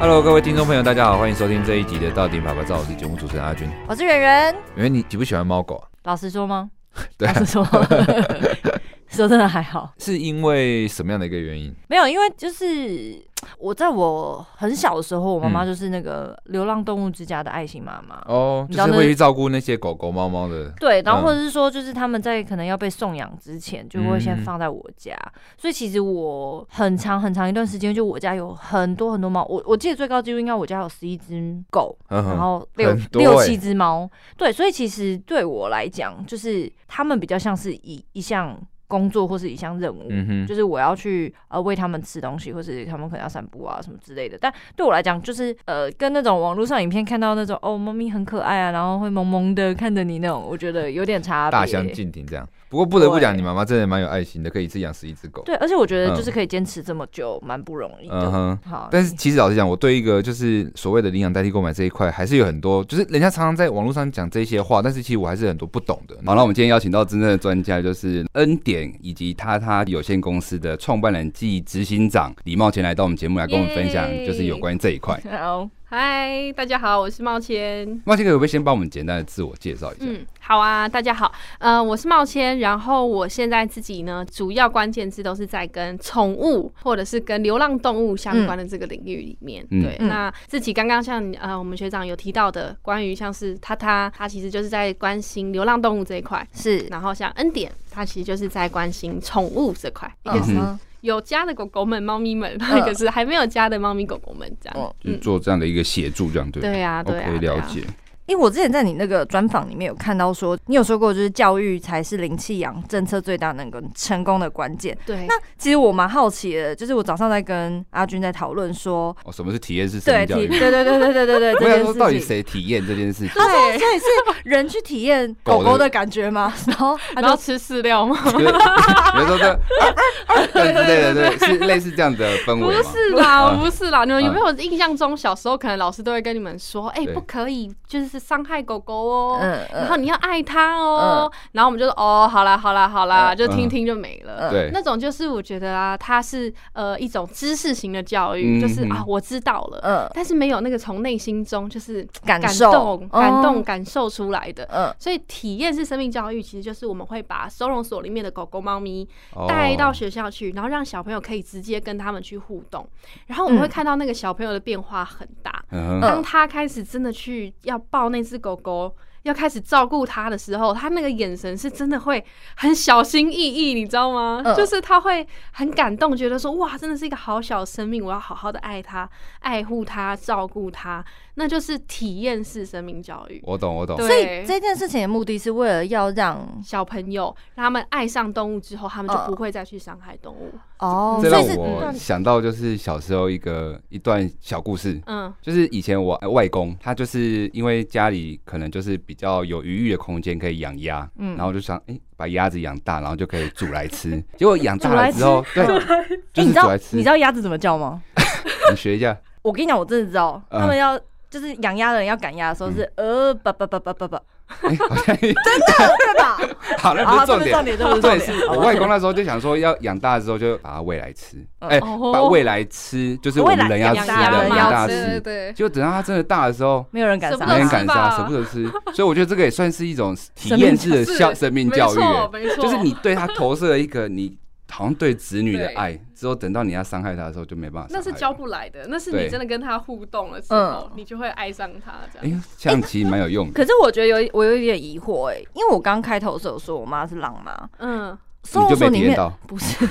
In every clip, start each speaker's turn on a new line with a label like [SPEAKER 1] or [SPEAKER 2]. [SPEAKER 1] Hello，各位听众朋友，大家好，欢迎收听这一集的《到底爸爸照》，我是节目主持人阿军。
[SPEAKER 2] 我是圆圆，
[SPEAKER 1] 因为你喜不喜欢猫狗啊？
[SPEAKER 2] 老实说吗？
[SPEAKER 1] 对啊
[SPEAKER 2] 老实说，说真的还好，
[SPEAKER 1] 是因为什么样的一个原因？
[SPEAKER 2] 没有，因为就是我在我很小的时候，我妈妈
[SPEAKER 1] 嗯
[SPEAKER 2] 就是那个流浪动物之家的爱心妈妈。
[SPEAKER 1] 哦，
[SPEAKER 2] 你
[SPEAKER 1] 就
[SPEAKER 2] 知道
[SPEAKER 1] 是
[SPEAKER 2] 那
[SPEAKER 1] 会去照顾那些狗狗、猫猫的。
[SPEAKER 2] 对，然后
[SPEAKER 1] 嗯
[SPEAKER 2] 或者是说，就是他们在可能要被送养之前，就会先
[SPEAKER 1] 嗯
[SPEAKER 2] 放在我家，所以其实我很长很长一段时间，就我家有很多很多猫，我我记得最高纪录应该我家有十一只狗，
[SPEAKER 1] 嗯
[SPEAKER 2] 然
[SPEAKER 1] 哼，
[SPEAKER 2] 后六、
[SPEAKER 1] 很多
[SPEAKER 2] 六
[SPEAKER 1] 欸
[SPEAKER 2] 七只猫，对，所以其实对我来讲，就是他们比较像是一一项工作或是一项任务，
[SPEAKER 1] 嗯哼，
[SPEAKER 2] 就是我要去呃喂他们吃东西，或是他们可能要散步啊什么之类的。但对我来讲，就是呃跟那种网络上影片看到那种哦猫咪很可爱啊，然后会萌萌的看着你那种，我觉得有点差别。
[SPEAKER 1] 大
[SPEAKER 2] 欸
[SPEAKER 1] 相径庭这样。不过不得不讲，
[SPEAKER 2] 对
[SPEAKER 1] 你妈妈真的蛮有爱心的，可以一次养十一只狗。
[SPEAKER 2] 对，而且我觉
[SPEAKER 1] 嗯
[SPEAKER 2] 得就是可以坚持这么久，蛮不容易
[SPEAKER 1] 嗯
[SPEAKER 2] 的。
[SPEAKER 1] 哼。
[SPEAKER 2] 好，
[SPEAKER 1] 但是
[SPEAKER 2] 你
[SPEAKER 1] 其实老实讲，我对一个就是所谓的领养代替购买这一块，还是有很多，就是人家常常在网络上讲这些话，但是其实我还是很多不懂的。
[SPEAKER 3] 好，那我们今天邀请到真正的专家，就是恩典以及他他有限公司的创办人暨执行长李茂前来到我们节目来跟我们分享，
[SPEAKER 2] 耶
[SPEAKER 3] 就是有关于这一块。
[SPEAKER 2] 好，
[SPEAKER 4] 嗨，大家好，我是茂谦。
[SPEAKER 3] 茂前可不可以先帮我们简单的自我介绍一下？
[SPEAKER 4] 嗯，好啊，大家好，呃，我是茂谦，然后我现在自己呢，主要关键字都是在跟宠物或者是跟流浪动物相关的这个领域里面。
[SPEAKER 3] 嗯
[SPEAKER 4] 对，
[SPEAKER 2] 嗯
[SPEAKER 4] 那自己刚刚像呃，我们学长有提到的，关于像是他他他其实就是在关心流浪动物这一块，
[SPEAKER 2] 是
[SPEAKER 4] 然后像恩典，他其实就是在关心宠物这块，一个
[SPEAKER 2] 嗯
[SPEAKER 4] 是
[SPEAKER 2] 哼
[SPEAKER 4] 有家的狗狗们、猫咪们，
[SPEAKER 2] 嗯
[SPEAKER 4] 一个是还没有家的猫咪狗狗们这样嗯
[SPEAKER 2] 哦。
[SPEAKER 1] 嗯
[SPEAKER 3] 就是做这样的一个协助，这样对不
[SPEAKER 4] 对啊，对啊
[SPEAKER 3] OK，
[SPEAKER 4] 对啊
[SPEAKER 3] 了解。
[SPEAKER 2] 因为我之前在你那个专访里面有看到说，你有说过就是教育才是零弃养政策最大能够成功的关键。
[SPEAKER 4] 对，
[SPEAKER 2] 那其实我蛮好奇的，就是我早上在跟阿军在讨论说，
[SPEAKER 3] 哦，什么是体验式生
[SPEAKER 2] 对，
[SPEAKER 3] 命教
[SPEAKER 2] 体
[SPEAKER 3] 育？
[SPEAKER 2] 对对对对对对 对，
[SPEAKER 3] 我想
[SPEAKER 2] 这
[SPEAKER 3] 说，到
[SPEAKER 2] 件
[SPEAKER 3] 底
[SPEAKER 2] 事情。
[SPEAKER 3] 谁体验这件事情？
[SPEAKER 2] 他说：“所以是人去体验 狗狗的感觉吗？”然后他
[SPEAKER 4] 然后
[SPEAKER 2] 就
[SPEAKER 4] 吃饲料吗？
[SPEAKER 3] 比如说 这，啊对之类的，对，是类似这样的氛
[SPEAKER 4] 不
[SPEAKER 3] 围吗？
[SPEAKER 4] 是 啦，
[SPEAKER 3] 啊
[SPEAKER 4] 不是啦，你们有
[SPEAKER 3] 啊
[SPEAKER 4] 没有印象中小时候可能老师都会跟你们说，哎，
[SPEAKER 3] 对
[SPEAKER 4] 不可以就是伤害狗狗哦，
[SPEAKER 2] 嗯
[SPEAKER 4] 然后
[SPEAKER 2] 嗯，
[SPEAKER 4] 你要爱它哦，然后我们就说哦，好啦好啦好啦，
[SPEAKER 2] 嗯
[SPEAKER 4] 就听听就没了。
[SPEAKER 3] 对，
[SPEAKER 4] 那种就是我觉得啊，它是呃一种知识型的教育，
[SPEAKER 3] 嗯
[SPEAKER 4] 就是
[SPEAKER 3] 嗯
[SPEAKER 4] 啊我知道了，
[SPEAKER 2] 嗯
[SPEAKER 4] 但是没有那个从内心中就是
[SPEAKER 2] 感受
[SPEAKER 4] 动、感
[SPEAKER 2] 哦
[SPEAKER 4] 动、感受出来的。
[SPEAKER 2] 嗯
[SPEAKER 4] 所以体验式生命教育，其实就是我们会把收容所里面的狗狗、猫咪，
[SPEAKER 3] 哦
[SPEAKER 4] 带到学校去，然后让小朋友可以直接跟他们去互动，然后我们会
[SPEAKER 2] 嗯
[SPEAKER 4] 看到那个小朋友的变化很大。
[SPEAKER 3] 嗯哼
[SPEAKER 2] 嗯
[SPEAKER 4] 当他开始真的去要抱那只狗狗，要开始照顾它的时候，他那个眼神是真的会很小心翼翼，你知道吗？
[SPEAKER 2] 嗯
[SPEAKER 4] 就是他会很感动，觉得说哇，真的是一个好小的生命，我要好好的爱它、爱护它、照顾它，那就是体验式生命教育。
[SPEAKER 3] 我懂，我懂。
[SPEAKER 4] 对
[SPEAKER 2] 所以这件事情的目的是为了要让
[SPEAKER 4] 小朋友让他们爱上动物之后，他们就
[SPEAKER 2] 嗯
[SPEAKER 4] 不会再去伤害动物。
[SPEAKER 2] 哦，
[SPEAKER 3] 这
[SPEAKER 2] 所
[SPEAKER 3] 让
[SPEAKER 2] 以是
[SPEAKER 3] 我想到就是小时候一个一段小故事，
[SPEAKER 4] 嗯，
[SPEAKER 3] 就是以前我外公他就是因为家里可能就是比较有余裕的空间可以养鸭，
[SPEAKER 2] 嗯
[SPEAKER 3] 然后就想哎、诶把鸭子养大，然后就可以煮来吃。 结果养大
[SPEAKER 2] 煮来哎
[SPEAKER 3] 了之后，对，就是
[SPEAKER 2] 你知
[SPEAKER 3] 煮
[SPEAKER 2] 道
[SPEAKER 3] 来
[SPEAKER 2] 你
[SPEAKER 3] 吃。
[SPEAKER 2] 知道鸭子怎么叫吗？
[SPEAKER 3] 你学一下，
[SPEAKER 2] 我跟你讲，我真的知道，
[SPEAKER 3] 嗯
[SPEAKER 2] 他们要就是养鸭的人要赶鸭的时候是呃叭叭叭叭叭叭，
[SPEAKER 3] 哎、好像
[SPEAKER 2] 对吧？
[SPEAKER 3] 好，那不是
[SPEAKER 2] 啊，这
[SPEAKER 3] 重
[SPEAKER 2] 不是
[SPEAKER 3] 点
[SPEAKER 2] 重。点，这不是 重
[SPEAKER 3] 对，
[SPEAKER 2] 点
[SPEAKER 3] 是。我
[SPEAKER 2] 好吧
[SPEAKER 3] 外公那时候就想说，要养大之后就把它喂来吃，
[SPEAKER 2] 嗯
[SPEAKER 3] 哎、
[SPEAKER 4] 哦
[SPEAKER 3] 把喂来吃，就是我
[SPEAKER 2] 喂
[SPEAKER 3] 们
[SPEAKER 2] 来
[SPEAKER 3] 人要
[SPEAKER 2] 养
[SPEAKER 3] 吃的，
[SPEAKER 2] 鸭
[SPEAKER 3] 养
[SPEAKER 2] 嘛
[SPEAKER 3] 大
[SPEAKER 2] 对
[SPEAKER 3] 吃。
[SPEAKER 4] 对
[SPEAKER 3] 结果等到它真的大的时候，
[SPEAKER 2] 没有人敢
[SPEAKER 4] 舍不
[SPEAKER 2] 杀
[SPEAKER 4] 得
[SPEAKER 3] 没人
[SPEAKER 2] 它。
[SPEAKER 3] 敢杀，
[SPEAKER 4] 吧
[SPEAKER 3] 舍不得吃，所以我觉得这个也算是一种体验式的教生命教育、欸
[SPEAKER 4] 没错，
[SPEAKER 3] 就是你对他投射了一个你好像对子女的
[SPEAKER 4] 对
[SPEAKER 3] 爱，之后等到你要伤害他的时候就没办法伤害
[SPEAKER 4] 那
[SPEAKER 3] 了。
[SPEAKER 4] 是教不来的，那是
[SPEAKER 3] 对
[SPEAKER 4] 你真的跟他互动了之
[SPEAKER 2] 嗯
[SPEAKER 4] 后，你就会爱上他这
[SPEAKER 3] 哎
[SPEAKER 4] 样。
[SPEAKER 3] 呦，这样其实蛮有用的。
[SPEAKER 2] 可是我觉得有我有一点疑惑哎、因为我刚开头的时候说我妈是浪妈，
[SPEAKER 4] 嗯，
[SPEAKER 2] 收
[SPEAKER 3] 你
[SPEAKER 2] 容
[SPEAKER 3] 就
[SPEAKER 2] 所
[SPEAKER 3] 没
[SPEAKER 2] 里
[SPEAKER 3] 体验
[SPEAKER 2] 面
[SPEAKER 3] 到，
[SPEAKER 2] 不是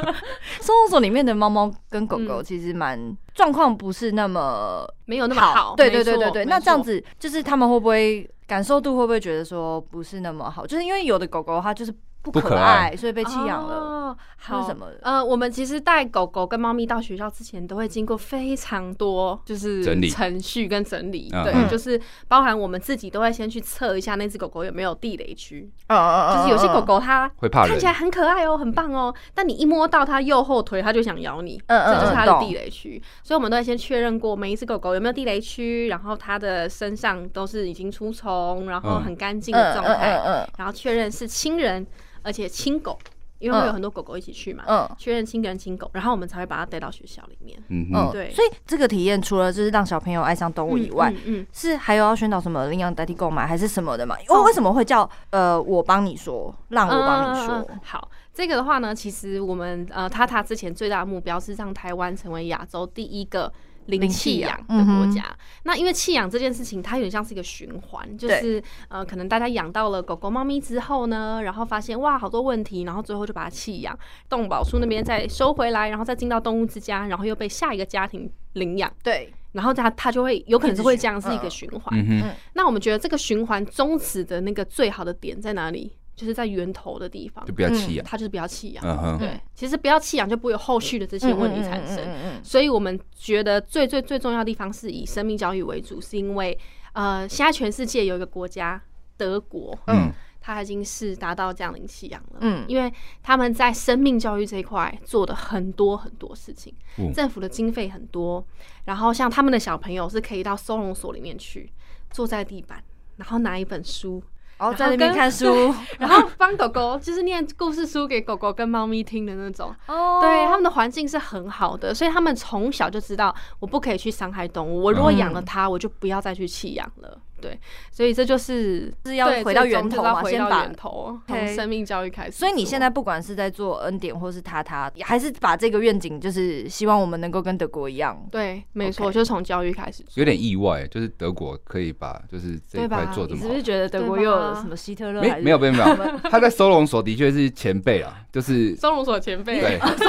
[SPEAKER 2] 收容所里面的猫猫跟狗狗
[SPEAKER 4] 嗯
[SPEAKER 2] 其实蛮状况不是那么
[SPEAKER 4] 没有那么好。
[SPEAKER 2] 对对对对对。
[SPEAKER 4] 没错
[SPEAKER 2] 那这样，
[SPEAKER 4] 没
[SPEAKER 2] 子就是他们会不会感受度会不会觉得说不是那么好？就是因为有的狗狗它就是不
[SPEAKER 3] 不
[SPEAKER 2] 可
[SPEAKER 3] 可
[SPEAKER 2] 爱，
[SPEAKER 3] 爱
[SPEAKER 2] 所以被
[SPEAKER 4] 错
[SPEAKER 2] 弃养了，
[SPEAKER 4] 哦
[SPEAKER 2] 还是
[SPEAKER 4] 好
[SPEAKER 2] 什。么的？
[SPEAKER 4] 呃，我们其实带狗狗跟猫咪到学校之前，都会经过非常多就是
[SPEAKER 3] 整理
[SPEAKER 4] 程序跟整理，
[SPEAKER 3] 嗯
[SPEAKER 4] 对，
[SPEAKER 2] 嗯
[SPEAKER 4] 就是包含我们自己都会先去测一下那只狗狗有没有地雷区，
[SPEAKER 2] 嗯嗯
[SPEAKER 4] 就是有些狗，狗它
[SPEAKER 3] 会怕
[SPEAKER 4] 看
[SPEAKER 3] 人嗯
[SPEAKER 4] 起。来很可爱哦，很棒哦，但你一摸到它右后腿，它就想咬你，
[SPEAKER 2] 嗯嗯嗯
[SPEAKER 4] 这就是它的
[SPEAKER 2] 懂
[SPEAKER 4] 地雷区。所以我们都会先确认过每一只狗狗有没有地雷区，然后它的身上都是已经除虫，然后
[SPEAKER 3] 嗯
[SPEAKER 4] 很干净
[SPEAKER 2] 嗯
[SPEAKER 4] 的
[SPEAKER 2] 嗯
[SPEAKER 4] 状
[SPEAKER 2] 嗯嗯
[SPEAKER 4] 态，
[SPEAKER 2] 嗯
[SPEAKER 4] 呃然后确认是亲人，而且亲狗。因为会有
[SPEAKER 2] 嗯
[SPEAKER 4] 很多狗狗一起去嘛，
[SPEAKER 2] 嗯
[SPEAKER 4] 确认亲人亲狗，然后我们才会把它带到学校里面。
[SPEAKER 3] 嗯
[SPEAKER 2] 嗯
[SPEAKER 3] 哼，，
[SPEAKER 4] 对
[SPEAKER 2] 所以这个体验除了就是让小朋友爱上动物以外，
[SPEAKER 4] 嗯嗯，
[SPEAKER 2] 是还有要宣导什么领养代替购买还是什么的嘛？
[SPEAKER 4] 哦
[SPEAKER 2] 哦，为什么会叫呃我帮你说，让
[SPEAKER 4] 嗯
[SPEAKER 2] 啊我帮你
[SPEAKER 4] 嗯嗯嗯
[SPEAKER 2] 说？
[SPEAKER 4] 好，这个的话呢，其实我们呃塔塔之前最大的目标是让台湾成为亚洲第一个。零
[SPEAKER 2] 零
[SPEAKER 4] 弃
[SPEAKER 2] 弃
[SPEAKER 4] 养
[SPEAKER 2] 养
[SPEAKER 4] 的国
[SPEAKER 2] 嗯哼
[SPEAKER 4] 家，那因为弃养这件事情，它有点像是一个循环，就
[SPEAKER 2] 对
[SPEAKER 4] 是呃，可能大家养到了狗狗、猫咪之后呢，然后发现哇好多问题，然后最后就把它弃养，动保处那边再收回来，然后再进到动物之家，然后又被下一个家庭领养，
[SPEAKER 2] 对，
[SPEAKER 4] 然后它它就会有可能是会这样是一个
[SPEAKER 2] 嗯
[SPEAKER 4] 循环。
[SPEAKER 3] 嗯哼，
[SPEAKER 4] 那我们觉得这个循环终止的那个最好的点在哪里？就是在源头的地方
[SPEAKER 3] 就，不要气啊，
[SPEAKER 4] 它就是不要弃养。
[SPEAKER 3] 嗯哼，
[SPEAKER 4] 对，其实不要弃养就不会有后续的这些问题产生。
[SPEAKER 2] 嗯
[SPEAKER 4] 所以我们觉得最最最重要的地方是以生命教育为主，是因为呃，现在全世界有一个国家德国，
[SPEAKER 3] 嗯，
[SPEAKER 4] 它已经是达到这样的弃养了。
[SPEAKER 2] 嗯
[SPEAKER 4] 因为他们在生命教育这一块做的很多很多事情，
[SPEAKER 2] 嗯
[SPEAKER 3] 哦
[SPEAKER 4] 政府的经费很多，然后像他们的小朋友是可以到收容所里面去，坐在地板，然后拿一本书，
[SPEAKER 2] 然后
[SPEAKER 4] 然
[SPEAKER 2] 在
[SPEAKER 4] 后
[SPEAKER 2] 那边
[SPEAKER 4] 跟
[SPEAKER 2] 看书，
[SPEAKER 4] 然后帮狗狗就是念故事书给狗狗跟猫咪听的那种。
[SPEAKER 2] 哦
[SPEAKER 4] 对，他们的环境是很好的，所以他们从小就知道我不可以去伤害动物，我如果养
[SPEAKER 2] 嗯
[SPEAKER 4] 了它，我就不要再去弃养了。对，所以这就是
[SPEAKER 2] 是要
[SPEAKER 4] 对
[SPEAKER 2] 回到
[SPEAKER 4] 最终
[SPEAKER 2] 源
[SPEAKER 4] 就
[SPEAKER 2] 头
[SPEAKER 4] 是要
[SPEAKER 2] 嘛，
[SPEAKER 4] 回
[SPEAKER 2] 先
[SPEAKER 4] 到
[SPEAKER 2] 把
[SPEAKER 4] 源头，从
[SPEAKER 2] OK
[SPEAKER 4] 生命教育开始做。
[SPEAKER 2] 所以你现在不管是在做恩典或是塔塔，还是把这个愿景，就是希望我们能够跟德国一样。
[SPEAKER 4] 对，没错，
[SPEAKER 2] OK
[SPEAKER 4] 就是从教育开始做。
[SPEAKER 3] 有点意外，就是德国可以把就是这
[SPEAKER 4] 对
[SPEAKER 3] 一
[SPEAKER 4] 吧
[SPEAKER 3] 块做这
[SPEAKER 2] 你
[SPEAKER 3] 么
[SPEAKER 2] 是
[SPEAKER 3] 好
[SPEAKER 2] 不。是觉得德国
[SPEAKER 4] 对
[SPEAKER 2] 又
[SPEAKER 4] 吧
[SPEAKER 2] 有什么希特勒？还
[SPEAKER 3] 没
[SPEAKER 2] 是
[SPEAKER 3] 没有没有没有，他在收容所的确是前辈啦，就是
[SPEAKER 4] 收容所前辈，
[SPEAKER 3] 对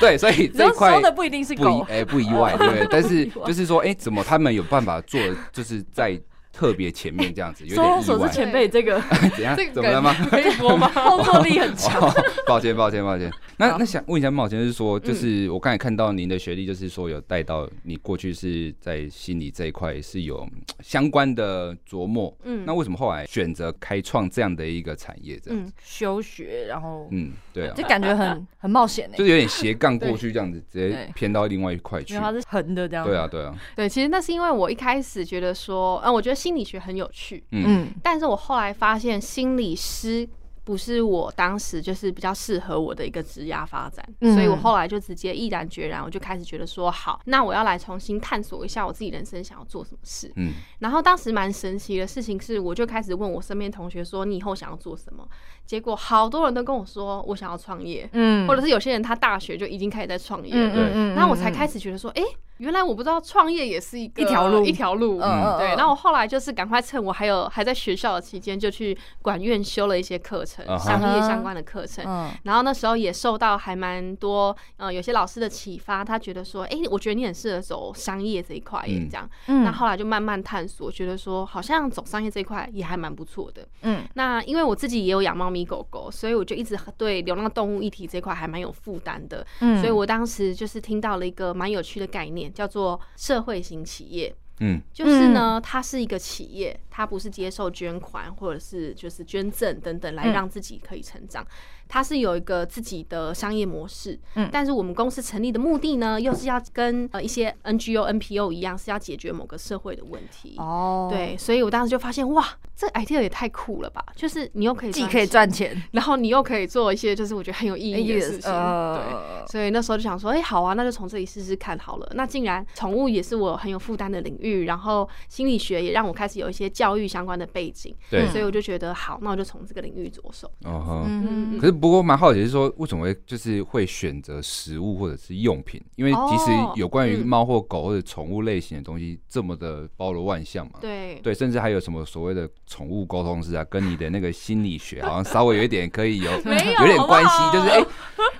[SPEAKER 3] 对，所以
[SPEAKER 2] 你说
[SPEAKER 3] 这一块
[SPEAKER 2] 收的不一定是
[SPEAKER 3] 不意
[SPEAKER 2] 狗，
[SPEAKER 3] 哎、不意外，对不 对？但是
[SPEAKER 2] 不意外
[SPEAKER 3] 就是说，哎、怎么他们有办法做，就是在特别前面这样子，有
[SPEAKER 2] 收容
[SPEAKER 3] 点意
[SPEAKER 2] 所
[SPEAKER 3] 外
[SPEAKER 2] 是。前辈，这 个
[SPEAKER 3] 怎样
[SPEAKER 4] 这？个
[SPEAKER 3] 怎么了吗？
[SPEAKER 4] 可以播吗？
[SPEAKER 2] 后坐力很 强。
[SPEAKER 3] 哦，抱歉，抱歉，抱歉。那
[SPEAKER 2] 好
[SPEAKER 3] 那想问一下茂先生，就是说，就
[SPEAKER 4] 嗯
[SPEAKER 3] 是我刚才看到您的学历，就是说有带到你过去是在心理这一块是有嗯相关的琢磨。
[SPEAKER 4] 嗯
[SPEAKER 3] 那为什么后来选择开创这样的一个产业？这样，
[SPEAKER 4] 嗯，
[SPEAKER 2] 休学，然后
[SPEAKER 3] 嗯，对啊
[SPEAKER 2] 就，感觉很很冒险呢
[SPEAKER 3] 就，是有点斜杠过去这样子，直接
[SPEAKER 2] 对
[SPEAKER 3] 偏到另外一块去
[SPEAKER 2] 因为。它是横的这样。
[SPEAKER 3] 对啊，，对啊，
[SPEAKER 4] 对，其实那是因为我一开始觉得说，嗯，我觉得心理学很有趣，
[SPEAKER 3] 嗯
[SPEAKER 2] 嗯
[SPEAKER 4] 但是我后来发现心理师不是我当时就是比较适合我的一个职业发展，
[SPEAKER 2] 嗯
[SPEAKER 4] 所以我后来就直接毅然决然，我就开始觉得说，好，那我要来重新探索一下我自己人生想要做什么事。
[SPEAKER 3] 嗯
[SPEAKER 4] 然后当时蛮神奇的事情是，我就开始问我身边同学说，你以后想要做什么？结果好多人都跟我说，我想要创业，
[SPEAKER 2] 嗯
[SPEAKER 4] 或者是有些人他大学就已经开始在创业了。
[SPEAKER 3] 对
[SPEAKER 2] 嗯
[SPEAKER 4] 然后我才开始觉得说，哎、原来我不知道创业也是一个
[SPEAKER 2] 一条路
[SPEAKER 4] 一条路。
[SPEAKER 2] 嗯嗯
[SPEAKER 4] 对，
[SPEAKER 2] 嗯
[SPEAKER 4] 那我后来就是赶快趁我还有还在学校的期间，就去管院修了一些课程
[SPEAKER 3] 啊哈
[SPEAKER 4] 商业相关的课程。
[SPEAKER 2] 嗯
[SPEAKER 4] 然后那时候也受到还蛮多，呃，有些老师的启发，他觉得说，哎，我觉得你很适合走商业这一块耶，
[SPEAKER 3] 嗯
[SPEAKER 4] 这样。
[SPEAKER 2] 嗯
[SPEAKER 4] 那后来就慢慢探索，觉得说好像走商业这一块也还蛮不错的。
[SPEAKER 2] 嗯
[SPEAKER 4] 那因为我自己也有养猫咪狗狗，所以我就一直对流浪动物议题这块还蛮有负担的。
[SPEAKER 2] 嗯
[SPEAKER 4] 所以我当时就是听到了一个蛮有趣的概念，叫做社会型企业。
[SPEAKER 3] 嗯
[SPEAKER 4] 就是呢，它是一个企业，它不是接受捐款或者是就是捐赠等等来
[SPEAKER 2] 嗯
[SPEAKER 4] 让自己可以成长，它是有一个自己的商业模式。
[SPEAKER 2] 嗯
[SPEAKER 4] 但是我们公司成立的目的呢，又是要跟呃一些 NGO、NPO 一样，是要解决某个社会的问题。
[SPEAKER 2] 哦，
[SPEAKER 4] 对，所以我当时就发现，哇，这 idea 也太酷了吧！就是你又可以
[SPEAKER 2] 既可以赚钱，
[SPEAKER 4] 钱，然后你又可以做一些就是我觉得很有意义的事情。对，
[SPEAKER 2] 呃，
[SPEAKER 4] 所以那时候就想说，哎、好啊，那就从这里试试看好了。那竟然宠物也是我很有负担的领域，然后心理学也让我开始有一些教育相关的背景，
[SPEAKER 3] 对，
[SPEAKER 4] 所以我就觉得好，那我就从这个领域着手。
[SPEAKER 3] 哦哈。
[SPEAKER 2] 嗯
[SPEAKER 3] 可是不过蛮好奇是说，为什么会就是会选择食物或者是用品？因为其实
[SPEAKER 4] 哦
[SPEAKER 3] 有关于
[SPEAKER 4] 嗯
[SPEAKER 3] 猫或狗或者宠物类型的东西这么的包罗万象
[SPEAKER 2] 哦
[SPEAKER 3] 嘛。
[SPEAKER 4] 对，
[SPEAKER 3] 对，甚至还有什么所谓的宠物沟通师啊，跟你的那个心理学好像稍微有一点可以有
[SPEAKER 2] 没
[SPEAKER 4] 啊
[SPEAKER 2] 有
[SPEAKER 3] 有点关系
[SPEAKER 2] 好，不
[SPEAKER 3] 就
[SPEAKER 2] 好
[SPEAKER 3] 是哎、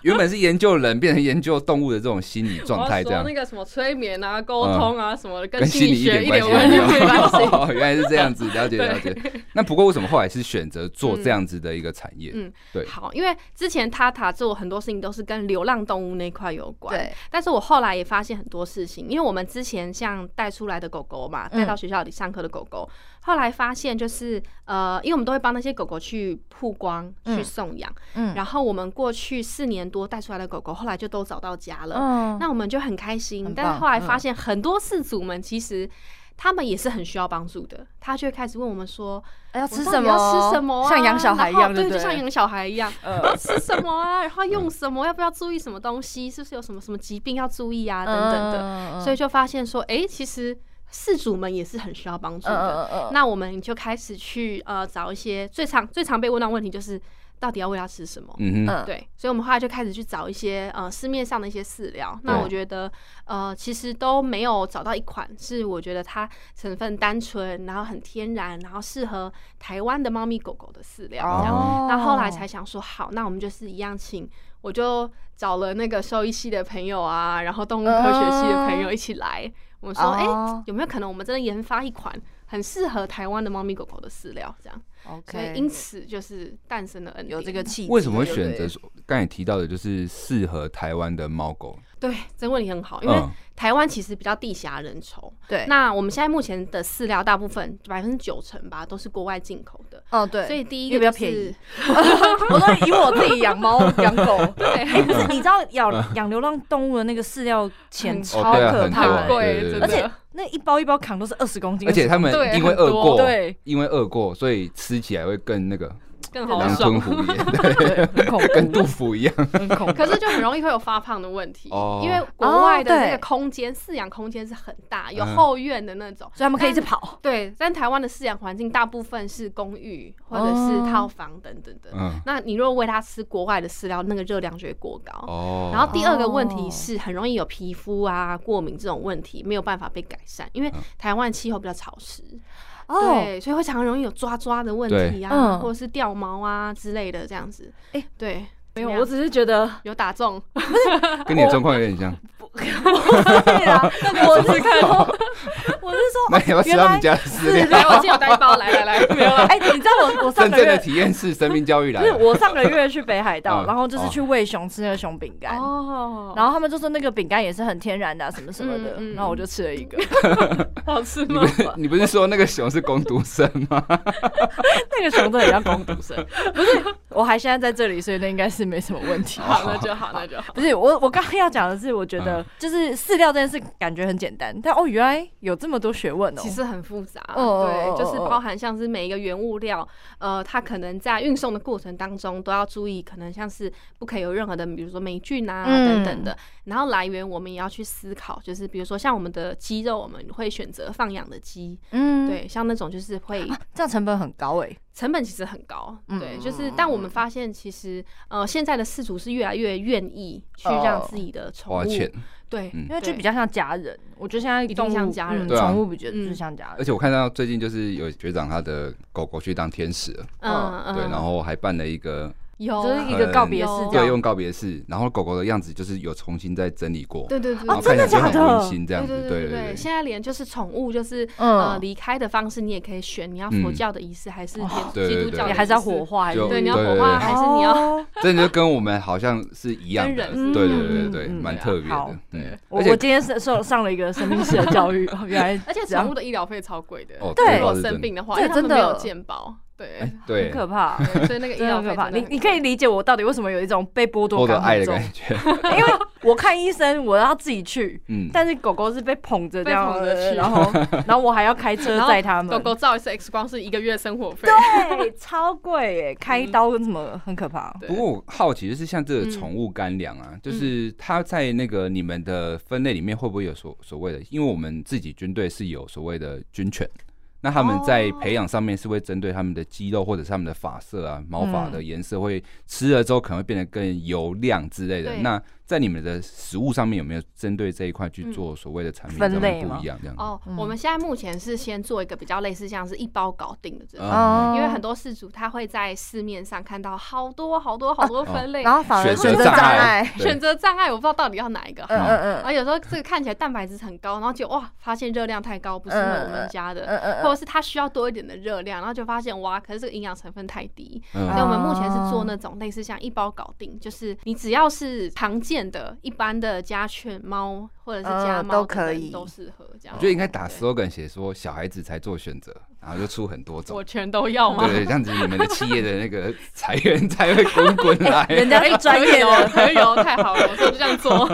[SPEAKER 3] 原本是研究人变成研究动物的这种心理状态，这样
[SPEAKER 4] 哦个什么催眠啊、沟
[SPEAKER 3] 通
[SPEAKER 4] 啊什么的，
[SPEAKER 3] 跟心理一点关系
[SPEAKER 4] 问
[SPEAKER 3] 没
[SPEAKER 4] 题
[SPEAKER 3] 有
[SPEAKER 4] 都没有。。
[SPEAKER 3] 哦 原来是这样子，了解
[SPEAKER 4] 对
[SPEAKER 3] 了解。那不过为什么后来是选择做这样子的一个产业？
[SPEAKER 4] 嗯
[SPEAKER 3] 对，
[SPEAKER 4] 好，因为之前塔塔做很多事情都是跟流浪动物那块有关，
[SPEAKER 2] 对，
[SPEAKER 4] 但是我后来也发现很多事情，因为我们之前像带出来的狗狗嘛，
[SPEAKER 2] 嗯
[SPEAKER 4] 带到学校里上课的狗狗，后来发现就是呃，因为我们都会帮那些狗狗去曝光、
[SPEAKER 2] 嗯
[SPEAKER 4] 去送养，
[SPEAKER 2] 嗯
[SPEAKER 4] 然后我们过去四年多带出来的狗狗，后来就都找到家了，
[SPEAKER 2] 嗯
[SPEAKER 4] 那我们就很开心。
[SPEAKER 2] 很棒嗯
[SPEAKER 4] 但是后来发现很多饲主们其实。他们也是很需要帮助的，他就会开始问我们说，
[SPEAKER 2] 哎要
[SPEAKER 4] 我
[SPEAKER 2] 吃
[SPEAKER 4] 到
[SPEAKER 2] 什
[SPEAKER 4] 底
[SPEAKER 2] 么？
[SPEAKER 4] 要吃什么啊、
[SPEAKER 2] 像养小孩一
[SPEAKER 4] 然后
[SPEAKER 2] 样，
[SPEAKER 4] 对，
[SPEAKER 2] 不
[SPEAKER 4] 就像
[SPEAKER 2] 对？嗯
[SPEAKER 4] 养小孩一样，要
[SPEAKER 2] 呃，
[SPEAKER 4] 吃什么啊，然后用什么，要不要注意什么东西，是不是有什么什么疾病要注意
[SPEAKER 2] 嗯
[SPEAKER 4] 啊，等等的，
[SPEAKER 2] 的
[SPEAKER 4] 所以
[SPEAKER 2] 以
[SPEAKER 4] 就发现说，哎、其实事主们也是很需要帮助的。
[SPEAKER 2] 嗯
[SPEAKER 4] 那我们就开始去呃找一些最常最常被问到的问题就是到底要喂它吃什么？
[SPEAKER 3] 嗯哼，
[SPEAKER 2] 嗯，
[SPEAKER 4] 对，所以我们后来就开始去找一些呃市面上的一些饲料。那
[SPEAKER 3] 对
[SPEAKER 4] 我觉得呃其实都没有找到一款是我觉得它成分单纯，然后很天然，然后适合台湾的猫咪狗狗的饲料。这样
[SPEAKER 2] 哦，
[SPEAKER 4] 那后来才想说，好，那我们就是一样请，我就找了那个兽医系的朋友啊，然后动物科学系的朋友一起来，我们说，哎、
[SPEAKER 2] 哦
[SPEAKER 4] 有没有可能我们真的研发一款很适合台湾的猫咪狗狗的饲料？这样，所以
[SPEAKER 2] OK，
[SPEAKER 4] 因此就是诞生了恩典
[SPEAKER 2] 有这个气，
[SPEAKER 3] 为什么会选择？说
[SPEAKER 4] 嗯
[SPEAKER 3] 刚才也提到的，就是适合台湾的猫狗？
[SPEAKER 4] 对，这问题很好，因为
[SPEAKER 3] 嗯，
[SPEAKER 4] 台湾其实比较地狭人稠。
[SPEAKER 2] 对，
[SPEAKER 4] 那我们现在目前的饲料大部分百分之九成吧都是国外进口的，
[SPEAKER 2] 哦对，
[SPEAKER 4] 所以第一
[SPEAKER 2] 因
[SPEAKER 4] 个
[SPEAKER 2] 为比较
[SPEAKER 4] 就
[SPEAKER 2] 便
[SPEAKER 4] 是
[SPEAKER 2] 宜我说以我自己养 猫养狗，哎，不是，你知道养养流浪动物的那个饲料钱
[SPEAKER 4] 很
[SPEAKER 3] 嗯
[SPEAKER 2] 超
[SPEAKER 3] 哦对啊
[SPEAKER 2] 可
[SPEAKER 3] 很
[SPEAKER 2] 怕
[SPEAKER 3] 多
[SPEAKER 2] 的
[SPEAKER 4] 很，
[SPEAKER 3] 对
[SPEAKER 4] 贵，
[SPEAKER 3] 对对
[SPEAKER 4] 真的
[SPEAKER 2] 而且那一包一包扛都是二十公斤，哦
[SPEAKER 3] 而且他们
[SPEAKER 4] 对
[SPEAKER 3] 因为
[SPEAKER 4] 很多
[SPEAKER 3] 饿过，
[SPEAKER 2] 对，
[SPEAKER 3] 因为饿过，所以吃起来会更那个，
[SPEAKER 4] 更
[SPEAKER 2] 好
[SPEAKER 4] 好
[SPEAKER 3] 像
[SPEAKER 4] 爽
[SPEAKER 3] 吞。虎一样，对，
[SPEAKER 2] 对很恐
[SPEAKER 3] 跟
[SPEAKER 2] 怖
[SPEAKER 3] 杜，甫一样。
[SPEAKER 2] 很恐怖。
[SPEAKER 4] 可是就很容易会有发胖的问题，
[SPEAKER 3] 哦
[SPEAKER 4] 因为国外的
[SPEAKER 2] 哦对
[SPEAKER 4] 那个空间饲养空间是很大，有
[SPEAKER 3] 嗯
[SPEAKER 4] 后院的那种。
[SPEAKER 2] 所以他们可以一直跑，
[SPEAKER 4] 对，但台湾的饲养环境大部分是公寓或者
[SPEAKER 2] 哦
[SPEAKER 4] 是套房等等的。
[SPEAKER 3] 嗯，
[SPEAKER 4] 那你如果喂它吃国外的饲料，那个热量就会过高。
[SPEAKER 3] 哦，
[SPEAKER 4] 然后第二个问题
[SPEAKER 2] 哦
[SPEAKER 4] 是很容易有皮肤啊过敏这种问题没有办法被改善，因为
[SPEAKER 3] 嗯
[SPEAKER 4] 台湾气候比较潮湿，
[SPEAKER 2] 哦，
[SPEAKER 4] 对，所以会常常容易有抓抓的问
[SPEAKER 3] 对
[SPEAKER 4] 题啊，
[SPEAKER 2] 嗯
[SPEAKER 4] 或者是掉毛啊之类的这样子。
[SPEAKER 2] 哎
[SPEAKER 4] 对，
[SPEAKER 2] 没
[SPEAKER 4] 怎
[SPEAKER 2] 有，
[SPEAKER 4] 么样
[SPEAKER 2] 我只是觉 得
[SPEAKER 4] 有打中，
[SPEAKER 3] 哦跟你的状况有点像。
[SPEAKER 4] 哦
[SPEAKER 2] 对啦，我是看，哦 我是
[SPEAKER 3] 那
[SPEAKER 2] 说，
[SPEAKER 3] 你要不要吃他们家的饲料？
[SPEAKER 4] 来，我先有带一包，来来来，没有啊了。
[SPEAKER 2] 哎，你知道我我
[SPEAKER 3] 真
[SPEAKER 2] 上个
[SPEAKER 3] 正的
[SPEAKER 2] 月
[SPEAKER 3] 体验是生命教育来
[SPEAKER 2] 不是
[SPEAKER 3] 了。
[SPEAKER 2] 我上个月去北海道，
[SPEAKER 3] 嗯
[SPEAKER 2] 然后就是去喂熊吃那个熊饼干。
[SPEAKER 4] 哦
[SPEAKER 2] 然后他们就说那个饼干也是很天然的、啊，什么什么的，
[SPEAKER 4] 嗯嗯
[SPEAKER 2] 然后我就吃了一个，
[SPEAKER 4] 后 好吃
[SPEAKER 3] 你不是 你不是说那个熊是攻读生 吗？
[SPEAKER 2] 那个熊真的很像工读生， 不是，我还现在在这里，所以那应该是没什么问题。
[SPEAKER 3] 哦
[SPEAKER 4] 好，那就好，那就好。
[SPEAKER 2] 不是我，我刚刚要讲的是，我觉
[SPEAKER 3] 嗯
[SPEAKER 2] 得就是饲料这件事感觉很简单，但哦，原来有这么多学问哦。
[SPEAKER 4] 其实很复杂，
[SPEAKER 2] 哦
[SPEAKER 4] 对，就是
[SPEAKER 2] 哦哦
[SPEAKER 4] 包含像是每一个原物料，呃，它可能在运送的过程当中都要注意，可能像是不可以有任何的，比如说霉菌啊、
[SPEAKER 2] 嗯
[SPEAKER 4] 等等的。然后来源我们也要去思考，就是比如说像我们的鸡肉，我们会选择放养的鸡，
[SPEAKER 2] 嗯，
[SPEAKER 4] 对，像那种就是会
[SPEAKER 2] 啊，这样成本很高哎、
[SPEAKER 4] 成本其实很高，
[SPEAKER 2] 嗯
[SPEAKER 4] 对，就是但我们发现其实呃现在的饲主是越来越愿意去
[SPEAKER 2] 哦
[SPEAKER 4] 让自己的宠
[SPEAKER 3] 花
[SPEAKER 4] 物
[SPEAKER 3] 钱，
[SPEAKER 4] 对
[SPEAKER 3] 嗯
[SPEAKER 2] 因为就
[SPEAKER 4] 对
[SPEAKER 2] 比较像家人。我觉得现在
[SPEAKER 4] 定
[SPEAKER 2] 动物
[SPEAKER 4] 像家人
[SPEAKER 2] 嗯
[SPEAKER 3] 对啊
[SPEAKER 2] 宠物比较就是
[SPEAKER 4] 嗯
[SPEAKER 2] 像家人，
[SPEAKER 3] 而且我看到最近就是有学长他的狗狗去当天使了，
[SPEAKER 4] 嗯嗯，
[SPEAKER 2] 哦
[SPEAKER 3] 对，然后还办了一个
[SPEAKER 4] 有
[SPEAKER 2] 就是一
[SPEAKER 4] 啊
[SPEAKER 2] 个告别式
[SPEAKER 4] 有
[SPEAKER 2] 这
[SPEAKER 3] 对
[SPEAKER 2] 样。
[SPEAKER 3] 用告别式，然后狗狗的样子就是有重新再整理过，
[SPEAKER 4] 对对对
[SPEAKER 3] 然
[SPEAKER 2] 哦
[SPEAKER 3] 后
[SPEAKER 4] 对
[SPEAKER 3] 看
[SPEAKER 2] 真
[SPEAKER 3] 起
[SPEAKER 2] 的
[SPEAKER 3] 来就很
[SPEAKER 2] 假的
[SPEAKER 3] 温馨这样
[SPEAKER 4] 对
[SPEAKER 3] 子，
[SPEAKER 4] 对
[SPEAKER 3] 对
[SPEAKER 4] 对对，现在连就是宠物，就是
[SPEAKER 2] 嗯
[SPEAKER 4] 呃离开的方式，你也可以选，你要佛教的仪式还是天
[SPEAKER 3] 嗯对
[SPEAKER 4] 基
[SPEAKER 3] 对
[SPEAKER 4] 督
[SPEAKER 3] 对
[SPEAKER 4] 教的仪式，
[SPEAKER 2] 你还是要火哦化，
[SPEAKER 3] 就
[SPEAKER 4] 对，你要火
[SPEAKER 3] 对
[SPEAKER 4] 化
[SPEAKER 3] 对
[SPEAKER 4] 还是你要
[SPEAKER 2] 要？
[SPEAKER 3] 对，真的就跟我们好像是一样的，
[SPEAKER 4] 跟人
[SPEAKER 3] 对对对
[SPEAKER 2] 嗯
[SPEAKER 3] 对，
[SPEAKER 2] 嗯
[SPEAKER 3] 蛮
[SPEAKER 2] 嗯
[SPEAKER 3] 特别
[SPEAKER 2] 好
[SPEAKER 3] 的，嗯，
[SPEAKER 2] 我
[SPEAKER 3] 而
[SPEAKER 2] 我
[SPEAKER 3] 且
[SPEAKER 2] 今天是受上了一个生命式的教 育，哦原来
[SPEAKER 4] 而且
[SPEAKER 2] 这样
[SPEAKER 4] 宠物的医疗费超贵的，
[SPEAKER 3] 哦
[SPEAKER 2] 对
[SPEAKER 4] 如
[SPEAKER 3] 这倒
[SPEAKER 4] 果
[SPEAKER 3] 是真
[SPEAKER 4] 生
[SPEAKER 3] 的哎
[SPEAKER 4] 病的话，
[SPEAKER 2] 这
[SPEAKER 4] 因为他们
[SPEAKER 2] 真的
[SPEAKER 4] 没有健保，对，
[SPEAKER 2] 很
[SPEAKER 3] 对，
[SPEAKER 2] 可 怕，
[SPEAKER 4] 对所以那个医
[SPEAKER 2] 真的
[SPEAKER 4] 疗
[SPEAKER 2] 很
[SPEAKER 4] 费
[SPEAKER 2] 可怕。
[SPEAKER 4] 真的
[SPEAKER 2] 你
[SPEAKER 4] 很
[SPEAKER 2] 你可以理解我到底为什么有一种被剥夺
[SPEAKER 3] 获得
[SPEAKER 2] 感
[SPEAKER 3] 爱的
[SPEAKER 2] 很重，
[SPEAKER 3] 感觉，
[SPEAKER 2] 因为我看医生我要自己去，
[SPEAKER 3] 嗯，
[SPEAKER 2] 但是狗狗是被捧着这样
[SPEAKER 4] 被捧着去
[SPEAKER 2] 然 后然后我还要开车载它们，
[SPEAKER 4] 狗狗照一次 X 光是一个月生活费，
[SPEAKER 2] 对啊超贵
[SPEAKER 4] 嗯
[SPEAKER 2] 耶，开刀跟什么很可怕。
[SPEAKER 4] 对嗯
[SPEAKER 3] 不过我好奇，就是像这个宠物干粮啊，就是它在那个你们的分类里面会不会有所所谓的？因为我们自己军队是有所谓的军犬，那他们在
[SPEAKER 4] 哦
[SPEAKER 3] 培养上面是会针对他们的肌肉或者是他们的发色啊、毛发
[SPEAKER 4] 哦
[SPEAKER 3] 的颜色，会吃了之后可能会变得更油亮之类的。
[SPEAKER 4] 对
[SPEAKER 3] 那在你们的食物上面有没有针对这一块去做所谓的产品
[SPEAKER 2] 分
[SPEAKER 3] 上
[SPEAKER 2] 类
[SPEAKER 3] 面不
[SPEAKER 2] 吗
[SPEAKER 3] 一样这样？
[SPEAKER 4] 哦
[SPEAKER 2] 嗯，
[SPEAKER 4] 我们现在目前是先做一个比较类似像是一包搞定的这种，
[SPEAKER 3] 嗯
[SPEAKER 4] 因为很多事主他会在市面上看到好多好多好多分类
[SPEAKER 2] 然，后反
[SPEAKER 3] 选
[SPEAKER 2] 而是
[SPEAKER 3] 择障
[SPEAKER 2] 障
[SPEAKER 3] 碍
[SPEAKER 2] 碍，，
[SPEAKER 3] 啊对
[SPEAKER 4] 选择障碍，我不知道到底要哪一个好。
[SPEAKER 2] 嗯嗯
[SPEAKER 4] 然后有时候这个看起来蛋白质很高，然后就哇，发现热量太高，不适合我们
[SPEAKER 2] 嗯
[SPEAKER 4] 家的，
[SPEAKER 2] 嗯嗯
[SPEAKER 4] 或者是它需要多一点的热量，然后就发现哇，可是这个营养成分太低。所以
[SPEAKER 3] 嗯
[SPEAKER 4] 我们目前是做那种类似像一包搞定，就是你只要是常见的、一般的家犬、猫或者是
[SPEAKER 5] 呃
[SPEAKER 4] 家
[SPEAKER 2] 嗯
[SPEAKER 4] 猫、
[SPEAKER 5] 都可以
[SPEAKER 4] 都适合这样。
[SPEAKER 3] 我觉得应该打
[SPEAKER 4] 对
[SPEAKER 3] slogan 写说小孩子才做选择，然后就出很多种
[SPEAKER 4] 我。全都要吗？
[SPEAKER 3] 对对，这样子你们的企业的那个 裁员才会滚滚 来。
[SPEAKER 2] 嗯人家是专 业
[SPEAKER 4] 哦，
[SPEAKER 2] 的，
[SPEAKER 4] 可以哦，太好了，我就这 样做。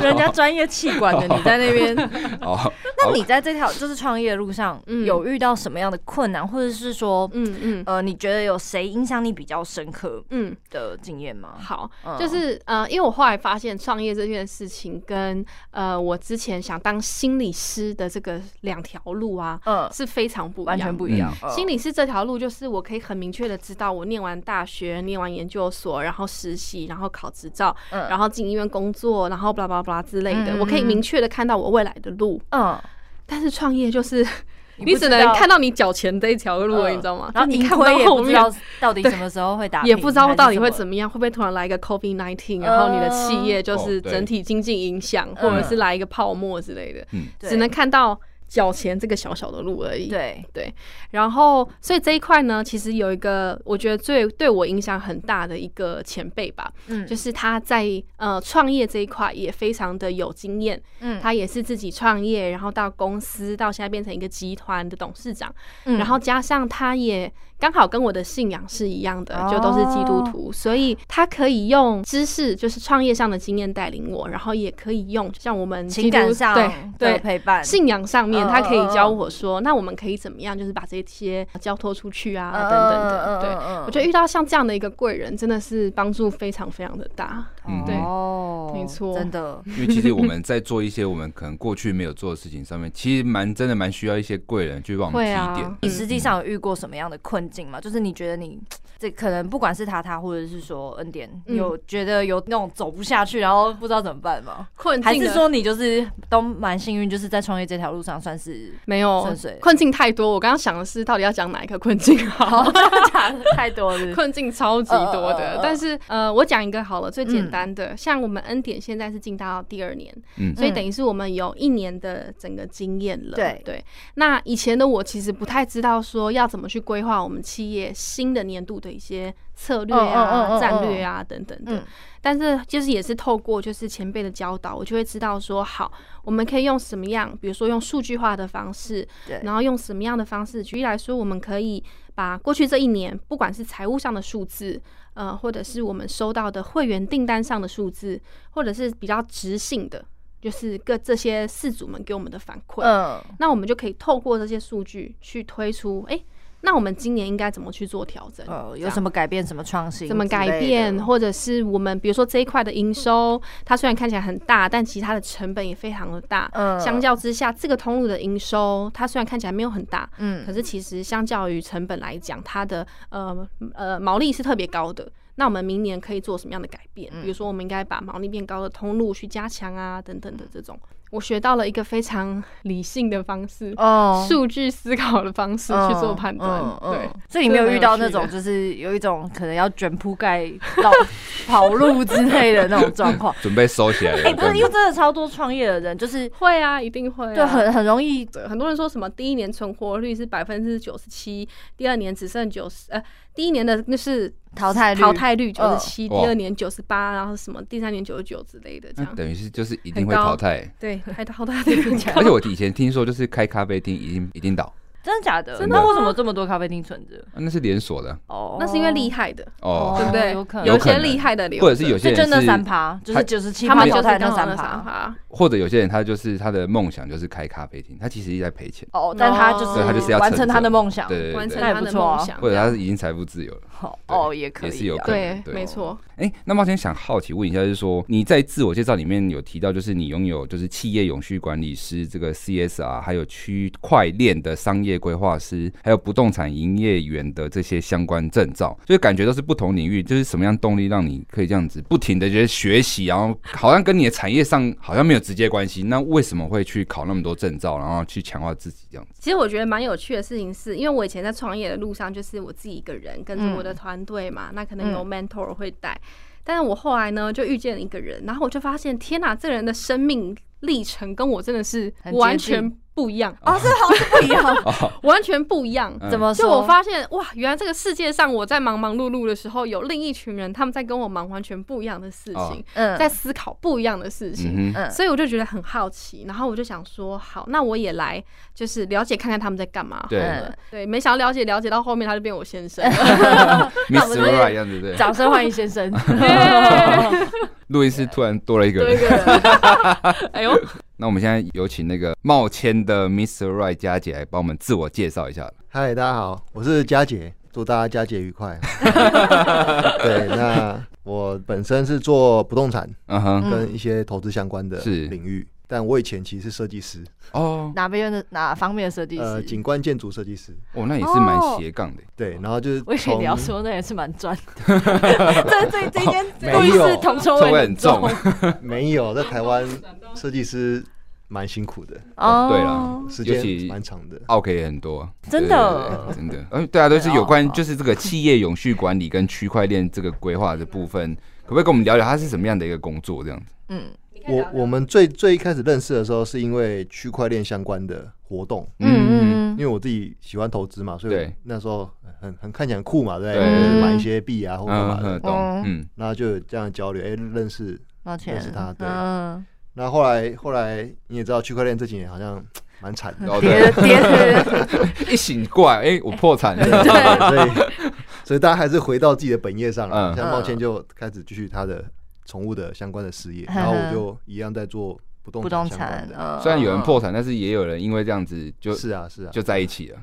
[SPEAKER 2] 人家专业气管的，你在那边。
[SPEAKER 3] 哦，
[SPEAKER 2] 那你在这条就是创业路上，
[SPEAKER 4] 嗯
[SPEAKER 2] 有遇到什么样的困难，或者是说，
[SPEAKER 4] 嗯嗯
[SPEAKER 2] 呃，你觉得有谁影响你比较深刻
[SPEAKER 4] 嗯，
[SPEAKER 2] 的经验吗？
[SPEAKER 4] 好，
[SPEAKER 2] 嗯
[SPEAKER 4] 就是呃，因为我后来发现创业这件事情跟呃我之前想当心理师的这个两条路啊
[SPEAKER 2] 嗯，
[SPEAKER 4] 是非常不一
[SPEAKER 2] 完
[SPEAKER 4] 样
[SPEAKER 2] 全
[SPEAKER 4] 的。
[SPEAKER 2] 不一样。
[SPEAKER 4] 心
[SPEAKER 2] 理
[SPEAKER 4] 理师这条路，就是我可以很明确的知道，我念完大学、念完研究所，然后实习，然后考执照，然
[SPEAKER 2] 嗯
[SPEAKER 4] 后进医院工作，然后 blah blah blah 之类的，
[SPEAKER 2] 嗯
[SPEAKER 4] 我可以明确的看到我未来的路。
[SPEAKER 2] 嗯，
[SPEAKER 4] 但是创业就是
[SPEAKER 2] 不
[SPEAKER 4] 你只
[SPEAKER 2] 知
[SPEAKER 4] 能
[SPEAKER 2] 道
[SPEAKER 4] 看到你脚前这一条路而已，
[SPEAKER 2] 嗯
[SPEAKER 4] 你知道吗？
[SPEAKER 2] 然后
[SPEAKER 4] 就
[SPEAKER 2] 你
[SPEAKER 4] 你看
[SPEAKER 2] 亏
[SPEAKER 4] 到
[SPEAKER 2] 也
[SPEAKER 4] 后
[SPEAKER 2] 不知
[SPEAKER 4] 面
[SPEAKER 2] 道到底
[SPEAKER 4] 对
[SPEAKER 2] 什么时候会打平，
[SPEAKER 4] 也不知道到底会
[SPEAKER 2] 么。
[SPEAKER 4] 怎么样，会不会突然来一个 COVID nineteen，
[SPEAKER 2] 呃
[SPEAKER 4] 然后你的企业就是
[SPEAKER 3] 哦对
[SPEAKER 4] 整体经济影响，
[SPEAKER 2] 哦
[SPEAKER 4] 或
[SPEAKER 2] 嗯
[SPEAKER 4] 者是来一个泡沫之类的，
[SPEAKER 3] 嗯
[SPEAKER 2] 对
[SPEAKER 4] 只能看到脚前这个小小的路而已。，
[SPEAKER 2] 对，
[SPEAKER 4] 然后所以这一块呢，其实有一个我觉得最对我影响很大的一个前辈吧，
[SPEAKER 2] 嗯，
[SPEAKER 4] 就是他在呃创业这一块也非常的有经验，
[SPEAKER 2] 嗯
[SPEAKER 4] 他也是自己创业，然后到公司，到现在变成一个集团的董事长。
[SPEAKER 2] 嗯
[SPEAKER 4] 然后加上他也刚好跟我的信仰是一样的，
[SPEAKER 2] 哦
[SPEAKER 4] 就都是基督徒，所以他可以用知识，就是创业上的经验带领我，然后也可以用像我们基
[SPEAKER 2] 情
[SPEAKER 4] 督
[SPEAKER 2] 感上
[SPEAKER 4] 嗯对
[SPEAKER 2] 的
[SPEAKER 4] 对。
[SPEAKER 2] 陪伴，
[SPEAKER 4] 信仰上面，
[SPEAKER 2] 嗯
[SPEAKER 4] 他可以
[SPEAKER 2] 嗯
[SPEAKER 4] 教
[SPEAKER 2] 嗯
[SPEAKER 4] 我说，那我们可以怎么样，就是把这些交托出去啊，
[SPEAKER 2] 嗯
[SPEAKER 4] 等等的。
[SPEAKER 2] 嗯
[SPEAKER 4] 对，
[SPEAKER 2] 嗯
[SPEAKER 4] 我觉得遇到像这样的一个贵人，真的是帮助非常非常的大。
[SPEAKER 3] 嗯
[SPEAKER 4] 对
[SPEAKER 2] 哦，
[SPEAKER 4] 没错
[SPEAKER 2] 真的，
[SPEAKER 3] 因为其实我们在做一些我们可能过去没有做的事情上面，其实蛮真的蛮需要一些贵人去帮我们
[SPEAKER 4] 会
[SPEAKER 3] 提
[SPEAKER 4] 啊
[SPEAKER 3] 点。嗯
[SPEAKER 2] 你实际上有遇过什么样的困境吗？就是你觉得你这可能不管是塔塔，或者是说恩典，
[SPEAKER 4] 嗯
[SPEAKER 2] 有觉得有那种走不下去，然后不知道怎么办吗？
[SPEAKER 4] 困
[SPEAKER 2] 还
[SPEAKER 4] 境
[SPEAKER 2] 是
[SPEAKER 4] 的
[SPEAKER 2] 说你就是都蛮幸运，就是在创业这条路上算 是
[SPEAKER 4] 没有
[SPEAKER 2] 顺遂？
[SPEAKER 4] 困境太多？我刚刚想的是，到底要讲哪一个困境好？
[SPEAKER 2] 太多了是不是，
[SPEAKER 4] 困境超级多
[SPEAKER 2] 呃呃呃
[SPEAKER 4] 的
[SPEAKER 2] 呃，
[SPEAKER 4] 但是呃，我讲一个好了，最简单的，像我们恩典现在是进到第二年，
[SPEAKER 3] 嗯
[SPEAKER 4] 所以等于是我们有一年的整个经验了，
[SPEAKER 2] 对
[SPEAKER 4] 对。那以前的我其实不太知道说要怎么去规划我们企业新的年度的一些策略
[SPEAKER 2] 嗯嗯嗯嗯
[SPEAKER 4] 啊、
[SPEAKER 2] 嗯
[SPEAKER 4] 战略啊等等的
[SPEAKER 2] 嗯，
[SPEAKER 4] 但是就是也是透过就是前辈的教导，我就会知道说，好，我们可以用什么样，比如说用数据化的方式，
[SPEAKER 2] 对，
[SPEAKER 4] 然后用什么样的方式？举例来说，我们可以把过去这一年，不管是财务上的数字，呃，或者是我们收到的会员订单上的数字，或者是比较直性的，就是各这些事主们给我们的反馈，
[SPEAKER 2] 嗯
[SPEAKER 4] 那我们就可以透过这些数据去推出，诶，那我们今年应该怎么去做调整？
[SPEAKER 2] 呃，
[SPEAKER 4] 这
[SPEAKER 2] 有
[SPEAKER 4] 样
[SPEAKER 2] 什么改变，什么创新之类的，
[SPEAKER 4] 怎么改变，或者是我们比如说这一块的营收，它虽然看起来很大，但其实它的成本也非常的大。
[SPEAKER 2] 嗯
[SPEAKER 4] 相较之下，这个通路的营收，它虽然看起来没有很大，
[SPEAKER 2] 嗯
[SPEAKER 4] 可是其实相较于成本来讲，它的呃呃毛利是特别高的。那我们明年可以做什么样的改变？
[SPEAKER 2] 嗯
[SPEAKER 4] 比如说，我们应该把毛利变高的通路去加强啊，等等的
[SPEAKER 2] 嗯
[SPEAKER 4] 这种。我学到了一个非常 理性的方式，
[SPEAKER 2] 哦
[SPEAKER 4] 数、据思考的方式去做判断。
[SPEAKER 2] 嗯嗯
[SPEAKER 4] 对
[SPEAKER 2] 嗯，所以你没有遇到那
[SPEAKER 4] 这蛮
[SPEAKER 2] 种
[SPEAKER 4] 有趣
[SPEAKER 2] 就是有一种可能要卷铺盖到跑路之类的那种状 况。
[SPEAKER 3] 准备收起来了。
[SPEAKER 2] 哎、不是，因为真的超多创业的人，就是
[SPEAKER 4] 会啊，一定会、啊。
[SPEAKER 2] 对很很容易
[SPEAKER 4] 对很多人说什么第一年存活率是百分之九十七，第二年只剩九十，呃，第一年的那是
[SPEAKER 2] 淘汰率
[SPEAKER 4] 淘汰率九
[SPEAKER 2] 嗯
[SPEAKER 4] 十七，
[SPEAKER 3] 哇
[SPEAKER 4] 第二年九十八，然后什么第三年九十九之类的这
[SPEAKER 3] 那
[SPEAKER 4] 样。
[SPEAKER 3] 等于是就是一定会淘汰。
[SPEAKER 4] 对，还淘汰率很
[SPEAKER 3] 而
[SPEAKER 4] 高
[SPEAKER 3] 且。我以前听说，就是开咖啡厅一定一定倒，
[SPEAKER 2] 真的假的？
[SPEAKER 3] 真的
[SPEAKER 2] 那为什么这么多咖啡厅存着？
[SPEAKER 3] 啊那是连锁的
[SPEAKER 2] 哦
[SPEAKER 4] 那是因为厉害的，
[SPEAKER 3] 哦
[SPEAKER 4] 对不对？
[SPEAKER 2] 有可能
[SPEAKER 4] 有
[SPEAKER 3] 有可
[SPEAKER 4] 些
[SPEAKER 3] 能
[SPEAKER 4] 厉害的留着，
[SPEAKER 3] 或者是有些人
[SPEAKER 2] 这真的
[SPEAKER 3] 是
[SPEAKER 2] 三趴，就是
[SPEAKER 3] 他
[SPEAKER 2] 九十七
[SPEAKER 4] 他
[SPEAKER 2] 趴
[SPEAKER 4] 们就
[SPEAKER 2] 淘
[SPEAKER 4] 是
[SPEAKER 2] 汰
[SPEAKER 4] 刚
[SPEAKER 2] 那
[SPEAKER 4] 好
[SPEAKER 2] 三
[SPEAKER 4] 那三
[SPEAKER 2] 趴。
[SPEAKER 4] 趴，
[SPEAKER 3] 或者有些人他就是他的梦想就是开咖啡厅，他其实一直在赔钱，
[SPEAKER 2] 哦，但他就是
[SPEAKER 4] 对他就是
[SPEAKER 3] 要
[SPEAKER 2] 完成
[SPEAKER 3] 趁着
[SPEAKER 2] 他的梦想，
[SPEAKER 3] 对对
[SPEAKER 4] 完成
[SPEAKER 3] 对，
[SPEAKER 2] 那也
[SPEAKER 4] 他
[SPEAKER 2] 不
[SPEAKER 4] 的
[SPEAKER 2] 错啊
[SPEAKER 4] 梦想。
[SPEAKER 3] 或者他是已经财富自由了，
[SPEAKER 2] 好哦，也可以啊，
[SPEAKER 3] 也是有可能
[SPEAKER 4] 对，
[SPEAKER 3] 对
[SPEAKER 4] 没错，
[SPEAKER 3] 哎，那冒险想好奇问一下，就是说你在自我介绍里面有提到，就是你拥有就是企业永续管理师这个 CSR，还有区块链的商业规划师，还有不动产营业员的这些相关证照，就是感觉都是不同领域，就是什么样动力让你可以这样子不停的就是学习，然后好像跟你的产业上好像没有直接关系，那为什么会去考那么多证照，然后去强化自己这样子？嗯
[SPEAKER 4] 其实我觉得蛮有趣的事情是，因为我以前在创业的路上，就是我自己一个人跟着我的团队嘛，那可能有 mentor 会带。但是我后来呢，就遇见了一个人，然后我就发现，天哪，这个人的生命历程跟我真的是
[SPEAKER 2] 很接近
[SPEAKER 4] 完全不一样，
[SPEAKER 2] 哦，这好像不一 样，
[SPEAKER 4] 完全不一样。
[SPEAKER 3] 嗯
[SPEAKER 2] 怎么
[SPEAKER 4] 就
[SPEAKER 2] 说？
[SPEAKER 4] 我发现哇，原来这个世界上我在忙忙碌碌的时候，有另一群人他们在跟我忙完全不一样的事
[SPEAKER 3] 哦
[SPEAKER 4] 情，
[SPEAKER 2] 嗯，
[SPEAKER 4] 在思考不一样的事情。
[SPEAKER 3] 嗯哼，
[SPEAKER 2] 嗯
[SPEAKER 4] 所以我就觉得很好奇，然后我就想说，好，那我也来，就是了解看看他们在干嘛。
[SPEAKER 3] 对
[SPEAKER 2] 嗯
[SPEAKER 4] 对，没想到了解了解到后面他就变我 先生了，
[SPEAKER 2] 那我
[SPEAKER 3] ，Mr.
[SPEAKER 2] 们就是
[SPEAKER 3] Right 这样子对，
[SPEAKER 2] 掌声欢迎先 生，
[SPEAKER 3] 录音室突然多了一个
[SPEAKER 4] 对
[SPEAKER 3] 人。
[SPEAKER 4] 个人。 哎呦，
[SPEAKER 3] 那我们现在有请那个冒签的 Mr. Right 佳姐来帮我们自我介绍一下。
[SPEAKER 5] 嗨，大家好，我是佳姐，祝大家佳节 愉快。对，那我本身是做不动产
[SPEAKER 3] 嗯哼，
[SPEAKER 2] 嗯
[SPEAKER 5] 跟一些投资相关的
[SPEAKER 3] 是
[SPEAKER 5] 领域，但我以前其实是设计师，
[SPEAKER 3] 哦，
[SPEAKER 2] 哪边的哪方面的设计
[SPEAKER 5] 呃，
[SPEAKER 2] 师
[SPEAKER 5] 景？观建筑设计师。
[SPEAKER 3] 哦，那也是蛮斜杠的。
[SPEAKER 5] 对，然后就是
[SPEAKER 2] 哦我以为
[SPEAKER 5] 从
[SPEAKER 2] 你要说那也是蛮赚， 这这这 间
[SPEAKER 5] 没
[SPEAKER 2] 故意是
[SPEAKER 5] 有
[SPEAKER 2] 铜臭
[SPEAKER 3] 臭味
[SPEAKER 2] 味
[SPEAKER 3] 很重
[SPEAKER 5] 没有在台湾设计师蛮辛苦的，
[SPEAKER 2] 哦
[SPEAKER 3] 对啦，
[SPEAKER 5] 时
[SPEAKER 3] 尤其
[SPEAKER 5] 间蛮长的。
[SPEAKER 3] 奥 K 也很多，
[SPEAKER 2] 真的
[SPEAKER 3] 对真的，呃，对啊，都是有
[SPEAKER 2] 对
[SPEAKER 3] 关
[SPEAKER 2] 啊
[SPEAKER 3] 就是这个企业永续管理跟区块链这个规划的部分，可不可以跟我们聊聊它是什么样的一个工作？这样子，
[SPEAKER 2] 嗯
[SPEAKER 5] 我我们最最一开始认识的时候，是因为区块链相关的活动，
[SPEAKER 2] 嗯嗯
[SPEAKER 5] 因为我自己喜欢投资嘛，所以
[SPEAKER 3] 对
[SPEAKER 5] 那时候很很看起来很酷嘛，对不
[SPEAKER 3] 对
[SPEAKER 5] 对？就是买一些币啊或者干嘛
[SPEAKER 3] 嗯
[SPEAKER 5] 的，
[SPEAKER 3] 嗯，懂，嗯
[SPEAKER 5] 然后就有这样的交流，哎、认识。
[SPEAKER 2] 抱歉，
[SPEAKER 5] 认识他对
[SPEAKER 2] 嗯，
[SPEAKER 5] 那后来后来你也知道，区块链这几年好像蛮惨 的，
[SPEAKER 3] 哦
[SPEAKER 2] 跌跌跌，
[SPEAKER 3] 一醒过来，哎，我破产了，
[SPEAKER 5] 对，所以所以大家还是回到自己的本业上了。
[SPEAKER 3] 嗯
[SPEAKER 5] 像抱歉就开始继续他的宠物的相关的事业，
[SPEAKER 2] 嗯
[SPEAKER 5] 然后我就一样在做不动
[SPEAKER 2] 不动
[SPEAKER 5] 相 关
[SPEAKER 2] 产，
[SPEAKER 5] 的。
[SPEAKER 2] 嗯
[SPEAKER 3] 虽然有人破产，但是也有人因为这样子就是
[SPEAKER 5] 啊是啊，
[SPEAKER 3] 就在一起了，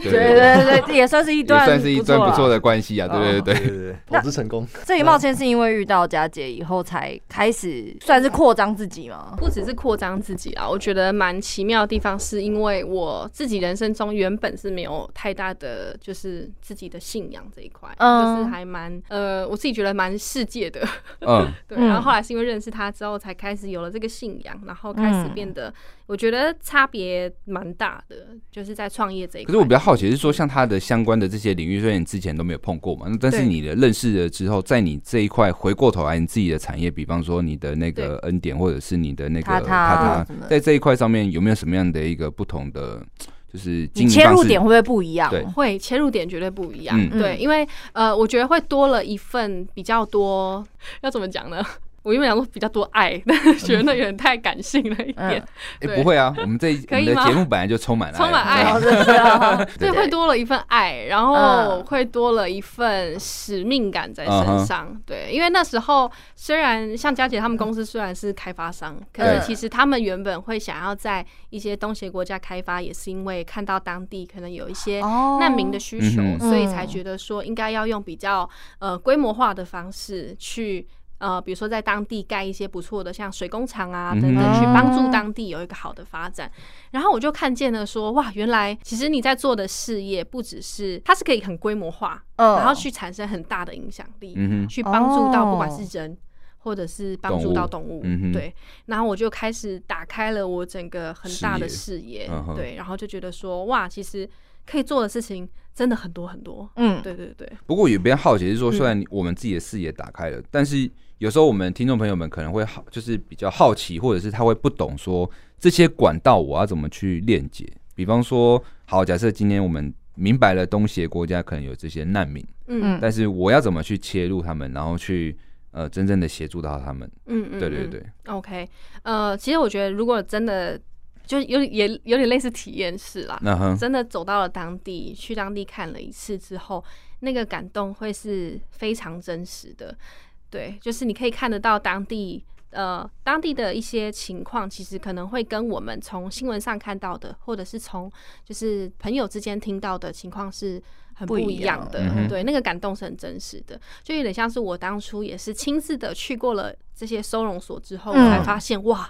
[SPEAKER 3] 对
[SPEAKER 2] 对对对，也算是一
[SPEAKER 3] 也
[SPEAKER 2] 段
[SPEAKER 3] 算是一段不错
[SPEAKER 2] 的。
[SPEAKER 3] 的关系啊，对对对
[SPEAKER 5] 对对对，投资成功。
[SPEAKER 2] 这里冒签是因为遇到佳姐以后才开始算是扩张自己嘛，
[SPEAKER 4] 不只是扩张自己啊，我觉得蛮奇妙的地方，是因为我自己人生中原本是没有太大的就是自己的信仰这一块，
[SPEAKER 2] 嗯
[SPEAKER 4] 就是还蛮呃，我自己觉得蛮世界的。
[SPEAKER 3] 嗯，
[SPEAKER 4] 对，
[SPEAKER 2] 嗯
[SPEAKER 4] 然后后来是因为认识他之后，才开始有了这个信仰，然后开始
[SPEAKER 2] 嗯
[SPEAKER 4] 变得，我觉得差别蛮大的，就是在创业这一块。嗯
[SPEAKER 3] 可是我比较好奇是说，像它的相关的这些领域，虽然你之前都没有碰过嘛，那但是
[SPEAKER 4] 对
[SPEAKER 3] 你的认识了之后，在你这一块回过头来，你自己的产业，比方说你的那个恩典，或者是你的那个
[SPEAKER 2] 塔塔
[SPEAKER 3] 塔
[SPEAKER 2] 什么的
[SPEAKER 3] 在这一块上面有没有什么样的一个不同的，就是经营
[SPEAKER 2] 你切
[SPEAKER 3] 方
[SPEAKER 2] 入
[SPEAKER 3] 式
[SPEAKER 2] 点会不会不一样？
[SPEAKER 3] 对
[SPEAKER 4] 会切入点绝对不一样，
[SPEAKER 3] 嗯
[SPEAKER 4] 对，因为呃，我觉得会多了一份比较多，要怎么讲呢？ 我原本想说比较多爱，但是觉得那有点太感性了一
[SPEAKER 2] 嗯
[SPEAKER 4] 点，
[SPEAKER 3] 哎、
[SPEAKER 4] 对
[SPEAKER 3] 不会啊，我们这一我
[SPEAKER 4] 可
[SPEAKER 3] 们
[SPEAKER 4] 以
[SPEAKER 3] 的
[SPEAKER 4] 吗
[SPEAKER 3] 节目本来就充满了
[SPEAKER 4] 充满爱
[SPEAKER 3] 对
[SPEAKER 2] 哦，真的啊
[SPEAKER 4] 对，会多了一份爱，然后
[SPEAKER 2] 嗯
[SPEAKER 4] 会多了一份使命感在
[SPEAKER 3] 嗯哼
[SPEAKER 4] 身上。对，因为那时候虽然像佳姐他们公司虽然是开发商，可
[SPEAKER 2] 对
[SPEAKER 4] 是其实他们原本会想要在一些东协国家开发，也是因为看到当地可能有一些
[SPEAKER 2] 哦
[SPEAKER 4] 难民的需求，
[SPEAKER 3] 嗯
[SPEAKER 2] 哼
[SPEAKER 4] 所以才觉得说应该要用比较呃规模化的方式去。呃，比如说在当地盖一些不错的，像水工厂啊
[SPEAKER 3] 嗯
[SPEAKER 4] 等等，去
[SPEAKER 2] 哦
[SPEAKER 4] 帮助当地有一个好的发展。然后我就看见了说，哇，原来其实你在做的事业不只是它是可以很规模化，
[SPEAKER 2] 嗯
[SPEAKER 4] 然后去产生很大的影响力，
[SPEAKER 3] 嗯哼，
[SPEAKER 4] 去帮助到
[SPEAKER 2] 哦
[SPEAKER 4] 不管是人。或者是帮助到动物，
[SPEAKER 3] 动物嗯哼
[SPEAKER 4] 对，然后我就开始打开了我整个很大的视
[SPEAKER 3] 视
[SPEAKER 4] 野，
[SPEAKER 3] 野嗯哼
[SPEAKER 4] 对，然后就觉得说，哇，其实可以做的事情真的很多很多，
[SPEAKER 2] 嗯，
[SPEAKER 4] 对对对，
[SPEAKER 3] 不过有别人好奇是说，
[SPEAKER 4] 嗯
[SPEAKER 3] 虽然我们自己的视野打开了，但是有时候我们听众朋友们可能会好，就是比较好奇，或者是他会不懂说这些管道我要怎么去链接。比方说，好，假设今天我们明白了东协国家可能有这些难民，
[SPEAKER 4] 嗯
[SPEAKER 2] 嗯
[SPEAKER 3] 但是我要怎么去切入他们，然后去呃真正的协助到他们？
[SPEAKER 4] 嗯嗯，
[SPEAKER 3] 对对
[SPEAKER 4] 嗯
[SPEAKER 3] 对，
[SPEAKER 4] ，OK，呃，其实我觉得如果真的就是有也有点类似体验式啦，
[SPEAKER 3] 那哼，
[SPEAKER 4] 真的走到了当地，去当地看了一次之后，那个感动会是非常真实的。对，就是你可以看得到当地呃当地的一些情况，其实可能会跟我们从新闻上看到的，或者是从就是朋友之间听到的情况是很
[SPEAKER 2] 不
[SPEAKER 4] 不
[SPEAKER 2] 一
[SPEAKER 4] 一
[SPEAKER 2] 样
[SPEAKER 4] 样的。
[SPEAKER 3] 嗯哼
[SPEAKER 4] 对，那个感动是很真实的，就有点像是我当初也是亲自的去过了这些收容所之后，我才
[SPEAKER 2] 嗯
[SPEAKER 4] 发现哇，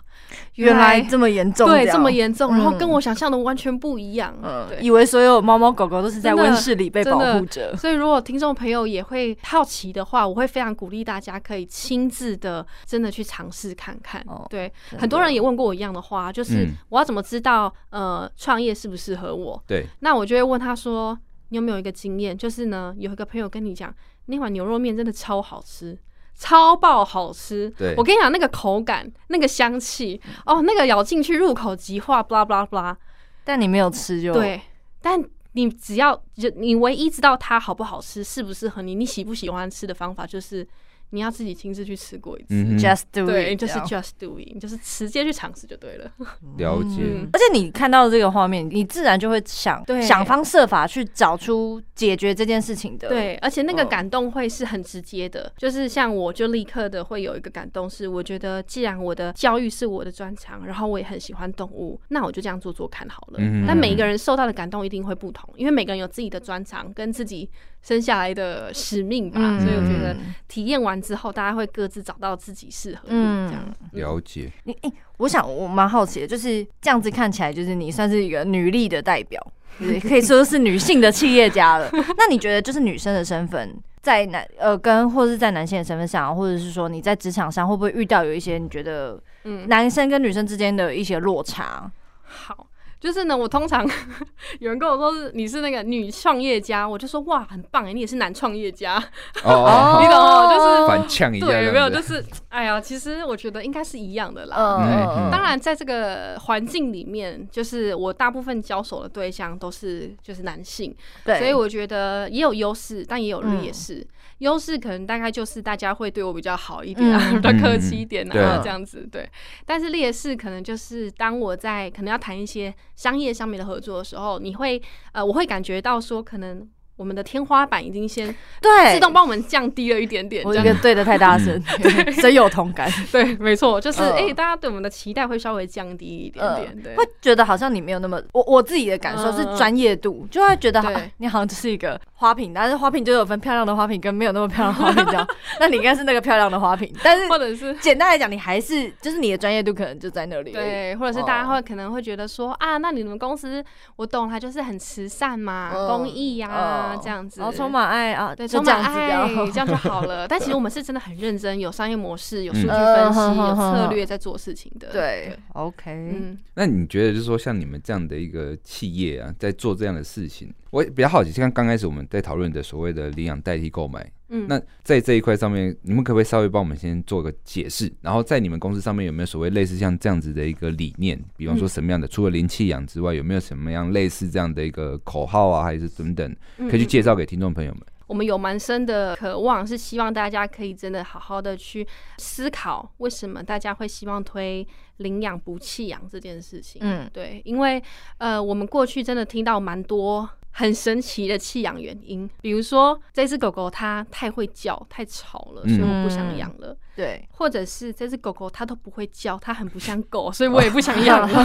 [SPEAKER 2] 原来这么严重，
[SPEAKER 4] 对这
[SPEAKER 2] 样
[SPEAKER 4] 么严重，然后
[SPEAKER 2] 嗯
[SPEAKER 4] 跟我想象的完全不一样。
[SPEAKER 2] 嗯，
[SPEAKER 4] 对。
[SPEAKER 2] 以为所有猫猫狗狗都是在
[SPEAKER 4] 真的
[SPEAKER 2] 温室里被保护着。
[SPEAKER 4] 所以，如果听众朋友也会好奇的话，我会非常鼓励大家可以亲自的，真的去尝试看看。
[SPEAKER 2] 哦
[SPEAKER 4] 对，
[SPEAKER 2] 真的
[SPEAKER 4] 很多人也问过我一样的话，就是
[SPEAKER 3] 嗯
[SPEAKER 4] 我要怎么知道呃创业适不适合我？
[SPEAKER 3] 对，
[SPEAKER 4] 那我就会问他说，你有没有一个经验？就是呢，有一个朋友跟你讲，那碗牛肉面真的超好吃。超爆好吃！
[SPEAKER 3] 对
[SPEAKER 4] 我跟你讲，那个口感、那个香气，哦，那个咬进去入口即化，blah blah blah。
[SPEAKER 2] 但你没有吃就，
[SPEAKER 4] 对，但你只要就你唯一知道它好不好吃，适不适合你，你喜不喜欢吃的方法就是你要自己亲自去吃过一次。
[SPEAKER 3] 嗯哼，
[SPEAKER 2] ，just do it，
[SPEAKER 4] 对，就是
[SPEAKER 2] 这样
[SPEAKER 4] just doing，你就是直接去尝试就对了。
[SPEAKER 3] 了解
[SPEAKER 4] 嗯
[SPEAKER 2] 而且你看到这个画面，你自然就会想
[SPEAKER 4] 对
[SPEAKER 2] 想方设法去找出解决这件事情的。
[SPEAKER 4] 对，而且那个
[SPEAKER 2] 嗯
[SPEAKER 4] 感动会是很直接的，就是像我就立刻的会有一个感动，是我觉得既然我的教育是我的专长，然后我也很喜欢动物，那我就这样做做看好了。
[SPEAKER 3] 嗯哼
[SPEAKER 4] 但每一个人受到的感动一定会不同，因为每个人有自己的专长跟自己生下来的使命吧，
[SPEAKER 2] 嗯，
[SPEAKER 4] 啊所以我觉得体验完之后，大家会各自找到自己适合的
[SPEAKER 2] 嗯
[SPEAKER 4] 这样。
[SPEAKER 3] 了解，
[SPEAKER 2] 你哎、我想我蛮好奇的，就是这样子看起来，就是你算是一个女力的代表，就是可以说是女性的企业家 了。那你觉得，就是女生的身份在男呃跟或者是在男性的身份上，或者是说你在职场上，会不会遇到有一些你觉得
[SPEAKER 4] 嗯，
[SPEAKER 2] 男生跟女生之间的一些落差？
[SPEAKER 4] 好。就是呢，我通常 有人跟我说是你是那个女创业家，我就说哇，很棒哎，你也是男创业家，
[SPEAKER 3] 哦哦，
[SPEAKER 4] 你懂哦就是
[SPEAKER 3] 哦反呛一下，
[SPEAKER 4] 对，
[SPEAKER 3] 这
[SPEAKER 4] 没有，
[SPEAKER 3] 样
[SPEAKER 4] 就
[SPEAKER 3] 子，
[SPEAKER 4] 是哎呀，其实我觉得应该是一样的啦。
[SPEAKER 2] 嗯
[SPEAKER 3] 对
[SPEAKER 2] 嗯
[SPEAKER 4] 当然，在这个环境里面，就是我大部分交手的对象都是就是男性，
[SPEAKER 2] 嗯对，
[SPEAKER 4] 所以我觉得也有优势，但也有
[SPEAKER 2] 嗯
[SPEAKER 4] 劣势。优势可能大概就是大家会对我比较好一点啊，
[SPEAKER 2] 嗯
[SPEAKER 4] 比较客气一点啊
[SPEAKER 2] 对，
[SPEAKER 4] 这样子对。但是劣势可能就是当我在可能要谈一些商业上面的合作的时候，你会呃，我会感觉到说可能。我们的天花板已经先
[SPEAKER 2] 对
[SPEAKER 4] 自动嗯帮我们降低了一点点，
[SPEAKER 2] 我
[SPEAKER 4] 这
[SPEAKER 2] 一
[SPEAKER 4] 样
[SPEAKER 2] 个对的太大 声， 深有同感，
[SPEAKER 4] 对，没错，就是
[SPEAKER 2] 嗯
[SPEAKER 4] 哎、诶大家对我们的期待会稍微降低一点点，对，
[SPEAKER 2] 会觉得好像你没有那么我我自己的感受是
[SPEAKER 4] 嗯嗯嗯
[SPEAKER 2] 专业度，就会觉得好
[SPEAKER 4] 对
[SPEAKER 2] 啊你好像就是一个花瓶，但是花瓶就有分漂亮的花瓶跟没有那么漂亮的花瓶这 样，那你应该是那个漂亮的花瓶，但是
[SPEAKER 4] 或者是
[SPEAKER 2] 简单来讲，你还是就是你的专业度可能就在那里而已，
[SPEAKER 4] 对，或者是大家
[SPEAKER 2] 哦
[SPEAKER 4] 会可能会觉得说、啊，那你们公司我懂啦，就是很慈善嘛，
[SPEAKER 2] 嗯
[SPEAKER 4] 公益呀、
[SPEAKER 2] 嗯
[SPEAKER 4] 啊这样子，
[SPEAKER 2] 然后充满爱啊，
[SPEAKER 4] 对，
[SPEAKER 2] 就
[SPEAKER 4] 充
[SPEAKER 2] 这样
[SPEAKER 4] 满
[SPEAKER 2] 子哦
[SPEAKER 4] 爱，
[SPEAKER 2] 这
[SPEAKER 4] 这
[SPEAKER 2] 样。
[SPEAKER 4] 样就好 了。但其实我们是真的很认真，有商业模式，有数据
[SPEAKER 2] 嗯
[SPEAKER 4] 分析，
[SPEAKER 2] 嗯
[SPEAKER 4] 有
[SPEAKER 2] 哼哼
[SPEAKER 4] 策
[SPEAKER 2] 哼
[SPEAKER 4] 略在做事情的，
[SPEAKER 2] 对，，OK，
[SPEAKER 4] 嗯，
[SPEAKER 3] 那你觉得，就是说，像你们这样的一个企业啊，在做这样的事情，我比较好奇，像刚开始我们在讨论的所谓的领养代替购买，
[SPEAKER 4] 嗯
[SPEAKER 3] 那在这一块上面，你们可不可以稍微帮我们先做个解释？然后在你们公司上面有没有所谓类似像这样子的一个理念？比方说
[SPEAKER 4] 嗯
[SPEAKER 3] 什么样的，除了零弃养之外，有没有什么样类似这样的一个口号啊，还是等等，可以去
[SPEAKER 4] 嗯
[SPEAKER 3] 介绍给听众朋友们？
[SPEAKER 4] 我们有蛮深的渴望，是希望大家可以真的好好的去思考，为什么大家会希望推领养不弃养这件事情。
[SPEAKER 2] 嗯
[SPEAKER 4] 对，因为呃，我们过去真的听到蛮多很神奇的弃养原因，比如说这只狗狗它太会叫、太吵了，所以我不想养了。
[SPEAKER 2] 对，
[SPEAKER 4] 或者是这只狗狗它都不会叫，它很不像狗，所以我也不想养了。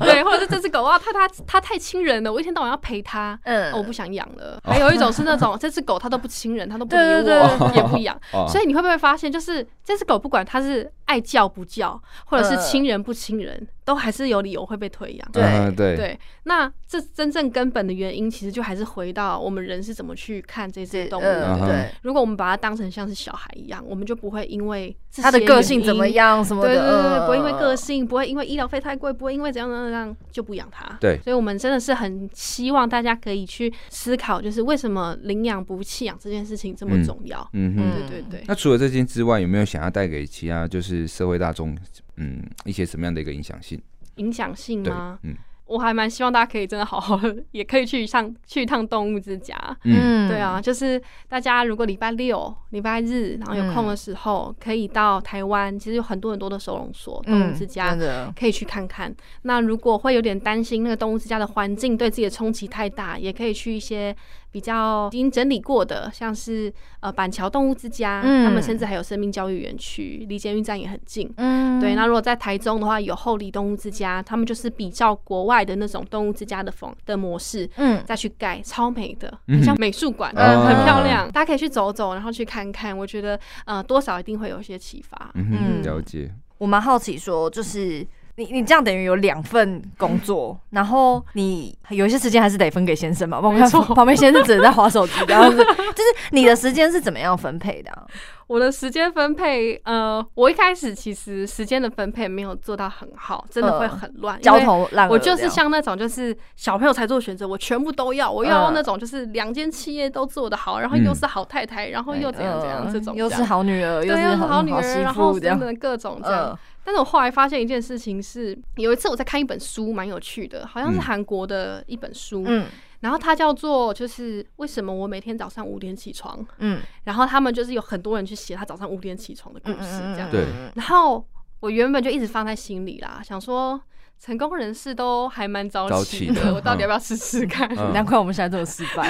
[SPEAKER 4] 对，或者是这只狗啊，它它它太亲人了，我一天到晚要陪它，
[SPEAKER 2] 嗯
[SPEAKER 4] 哦我不想养了。还有一种是那种 这只狗它都不亲人，它都不理
[SPEAKER 2] 对对
[SPEAKER 4] 我，也不养。
[SPEAKER 3] 哦，
[SPEAKER 4] 所以你会不会发现，就是这只狗不管它是爱叫不叫，或者是
[SPEAKER 2] 嗯
[SPEAKER 4] 亲人不亲人，都还是有理由会被退养。
[SPEAKER 2] 对
[SPEAKER 3] 嗯对，
[SPEAKER 4] 对，那这真正根本的原因，其实就还是回到我们人是怎么去看这只
[SPEAKER 2] 这
[SPEAKER 4] 动物
[SPEAKER 2] 嗯
[SPEAKER 4] 的。
[SPEAKER 2] 对，
[SPEAKER 4] 如果我们把它当成像是小孩一样，我们就不会因为这
[SPEAKER 2] 他的
[SPEAKER 4] 些
[SPEAKER 2] 个性
[SPEAKER 4] 原
[SPEAKER 2] 怎么
[SPEAKER 4] 因，
[SPEAKER 2] 样什么
[SPEAKER 4] 对
[SPEAKER 2] 的，
[SPEAKER 4] 对对，对不会因为
[SPEAKER 2] 嗯
[SPEAKER 4] 个性，不会因为医疗费太贵，不会因为怎样怎样怎样就不养它。
[SPEAKER 3] 对
[SPEAKER 4] 所以我们真的是很希望大家可以去思考，就是为什么领养不弃养这件事情这么
[SPEAKER 3] 嗯
[SPEAKER 4] 重要。
[SPEAKER 3] 嗯哼。
[SPEAKER 2] 嗯
[SPEAKER 4] 对对对。
[SPEAKER 3] 那除了这些之外，有没有想要带给其他就是社会大众，嗯，一些什么样的一个影响性？
[SPEAKER 4] 影响性
[SPEAKER 3] 对
[SPEAKER 4] 吗，？
[SPEAKER 3] 嗯
[SPEAKER 4] 我还蛮希望大家可以真的好好的，也可以去一趟去一趟动物之家。
[SPEAKER 3] 嗯，
[SPEAKER 4] 对，啊，就是大家如果礼拜六、礼拜日，然后有空的
[SPEAKER 3] 嗯
[SPEAKER 4] 时候，可以到台湾，其实有很多很多的收容所、
[SPEAKER 3] 嗯
[SPEAKER 2] 嗯
[SPEAKER 4] 动物之家。
[SPEAKER 2] 真的，
[SPEAKER 4] 可以去看看。那如果会有点担心那个动物之家的环境对自己的冲击太大，也可以去一些比较已经整理过的，像是呃板桥动物之家，
[SPEAKER 2] 嗯
[SPEAKER 4] 他们甚至还有生命教育园区，离监狱站也很近。
[SPEAKER 2] 嗯
[SPEAKER 4] 对，那如果在台中的话，有后里动物之家，他们就是比较国外的那种动物之家的风的模式，
[SPEAKER 2] 嗯，
[SPEAKER 4] 再去盖，超美的，
[SPEAKER 3] 嗯
[SPEAKER 4] 很像美术馆，
[SPEAKER 3] 嗯
[SPEAKER 2] 啊
[SPEAKER 4] 很漂亮。大家可以去走走，然后去看看，我觉得呃多少一定会有一些启发。
[SPEAKER 3] 嗯
[SPEAKER 2] 嗯
[SPEAKER 3] 哼，了解。
[SPEAKER 2] 我蛮好奇说，就是你你这样等于有两份工 作，然后你有一些时间还是得分给先生嘛，没
[SPEAKER 4] 没错
[SPEAKER 2] 旁边先生只能在划手机，然 后是就是你的时间是怎么样分配的啊、
[SPEAKER 4] 我的时间分配，呃，我一开始其实时间的分配没有做到很好，真的会
[SPEAKER 2] 嗯
[SPEAKER 4] 很乱，
[SPEAKER 2] 焦。头烂额这样，
[SPEAKER 4] 我就是像那种，就是小朋友才做选择，我全部都要，我
[SPEAKER 2] 嗯
[SPEAKER 4] 要那种就是两间企业都做得好，然后又是好太太，然后
[SPEAKER 3] 哎
[SPEAKER 4] 又怎样怎样
[SPEAKER 2] 嗯
[SPEAKER 4] 这种，
[SPEAKER 2] 又是好女儿，
[SPEAKER 4] 对，
[SPEAKER 2] 是
[SPEAKER 4] 又是
[SPEAKER 2] 好
[SPEAKER 4] 好女
[SPEAKER 2] 媳
[SPEAKER 4] 儿，然后
[SPEAKER 2] 妇这
[SPEAKER 4] 真
[SPEAKER 2] 样，
[SPEAKER 4] 的各种这样
[SPEAKER 2] 嗯，
[SPEAKER 4] 但是我后来发现一件事情是，有一次我在看一本书，蛮有趣的，好像是
[SPEAKER 3] 嗯
[SPEAKER 4] 韩国的一本书，
[SPEAKER 2] 嗯
[SPEAKER 4] 然后它叫做就是为什么我每天早上五点起床，
[SPEAKER 2] 嗯，
[SPEAKER 4] 然后他们就是有很多人去写他早上五点起床的故
[SPEAKER 2] 嗯
[SPEAKER 4] 事这样。
[SPEAKER 3] 对
[SPEAKER 4] 然后我原本就一直放在心里啦，想说成功人士都还蛮早
[SPEAKER 3] 早
[SPEAKER 4] 起
[SPEAKER 3] 起的
[SPEAKER 4] 我到底要不要试试看？
[SPEAKER 3] 嗯
[SPEAKER 2] 难怪我们现在这么失 败。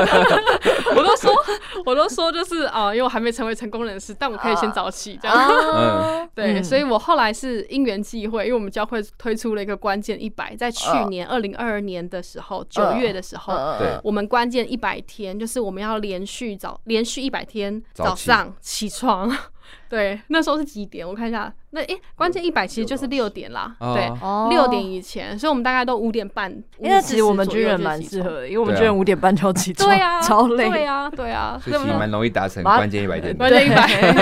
[SPEAKER 4] 我都说， 我都说就是啊、因为我还没成为成功人士，但我可以先早起这样。
[SPEAKER 2] 啊，
[SPEAKER 4] 对，
[SPEAKER 2] 嗯
[SPEAKER 4] 所以我后来是因缘际会，因为我们教会推出了一个关键一百，在去
[SPEAKER 2] 哦
[SPEAKER 4] 年二零二二年的时候，九、月的时候。
[SPEAKER 2] 嗯
[SPEAKER 3] 对
[SPEAKER 4] 呃我们关键一百天，就是我们要连续早连续一百天
[SPEAKER 3] 早
[SPEAKER 4] 早
[SPEAKER 3] 起
[SPEAKER 4] 上起床。 对，那时候是几点？我看一下，那诶、关键一百其实就是六点啦，
[SPEAKER 3] 哦
[SPEAKER 4] 对，
[SPEAKER 2] 哦
[SPEAKER 4] 六点以前，所以我们大概都五点半。
[SPEAKER 2] 哎，那其实我们
[SPEAKER 4] 5:40
[SPEAKER 2] 军人
[SPEAKER 4] 左右就
[SPEAKER 2] 蛮
[SPEAKER 4] 起
[SPEAKER 2] 适
[SPEAKER 4] 床
[SPEAKER 2] 合。的，因为我们
[SPEAKER 3] 对啊
[SPEAKER 2] 军人五点半就要起床，
[SPEAKER 4] 对啊，
[SPEAKER 2] 超累。
[SPEAKER 4] 对啊，对啊，
[SPEAKER 3] 所以其实
[SPEAKER 4] 那么
[SPEAKER 3] 蛮容易达成
[SPEAKER 2] 马
[SPEAKER 3] 关键一百天的。
[SPEAKER 4] 关键一百，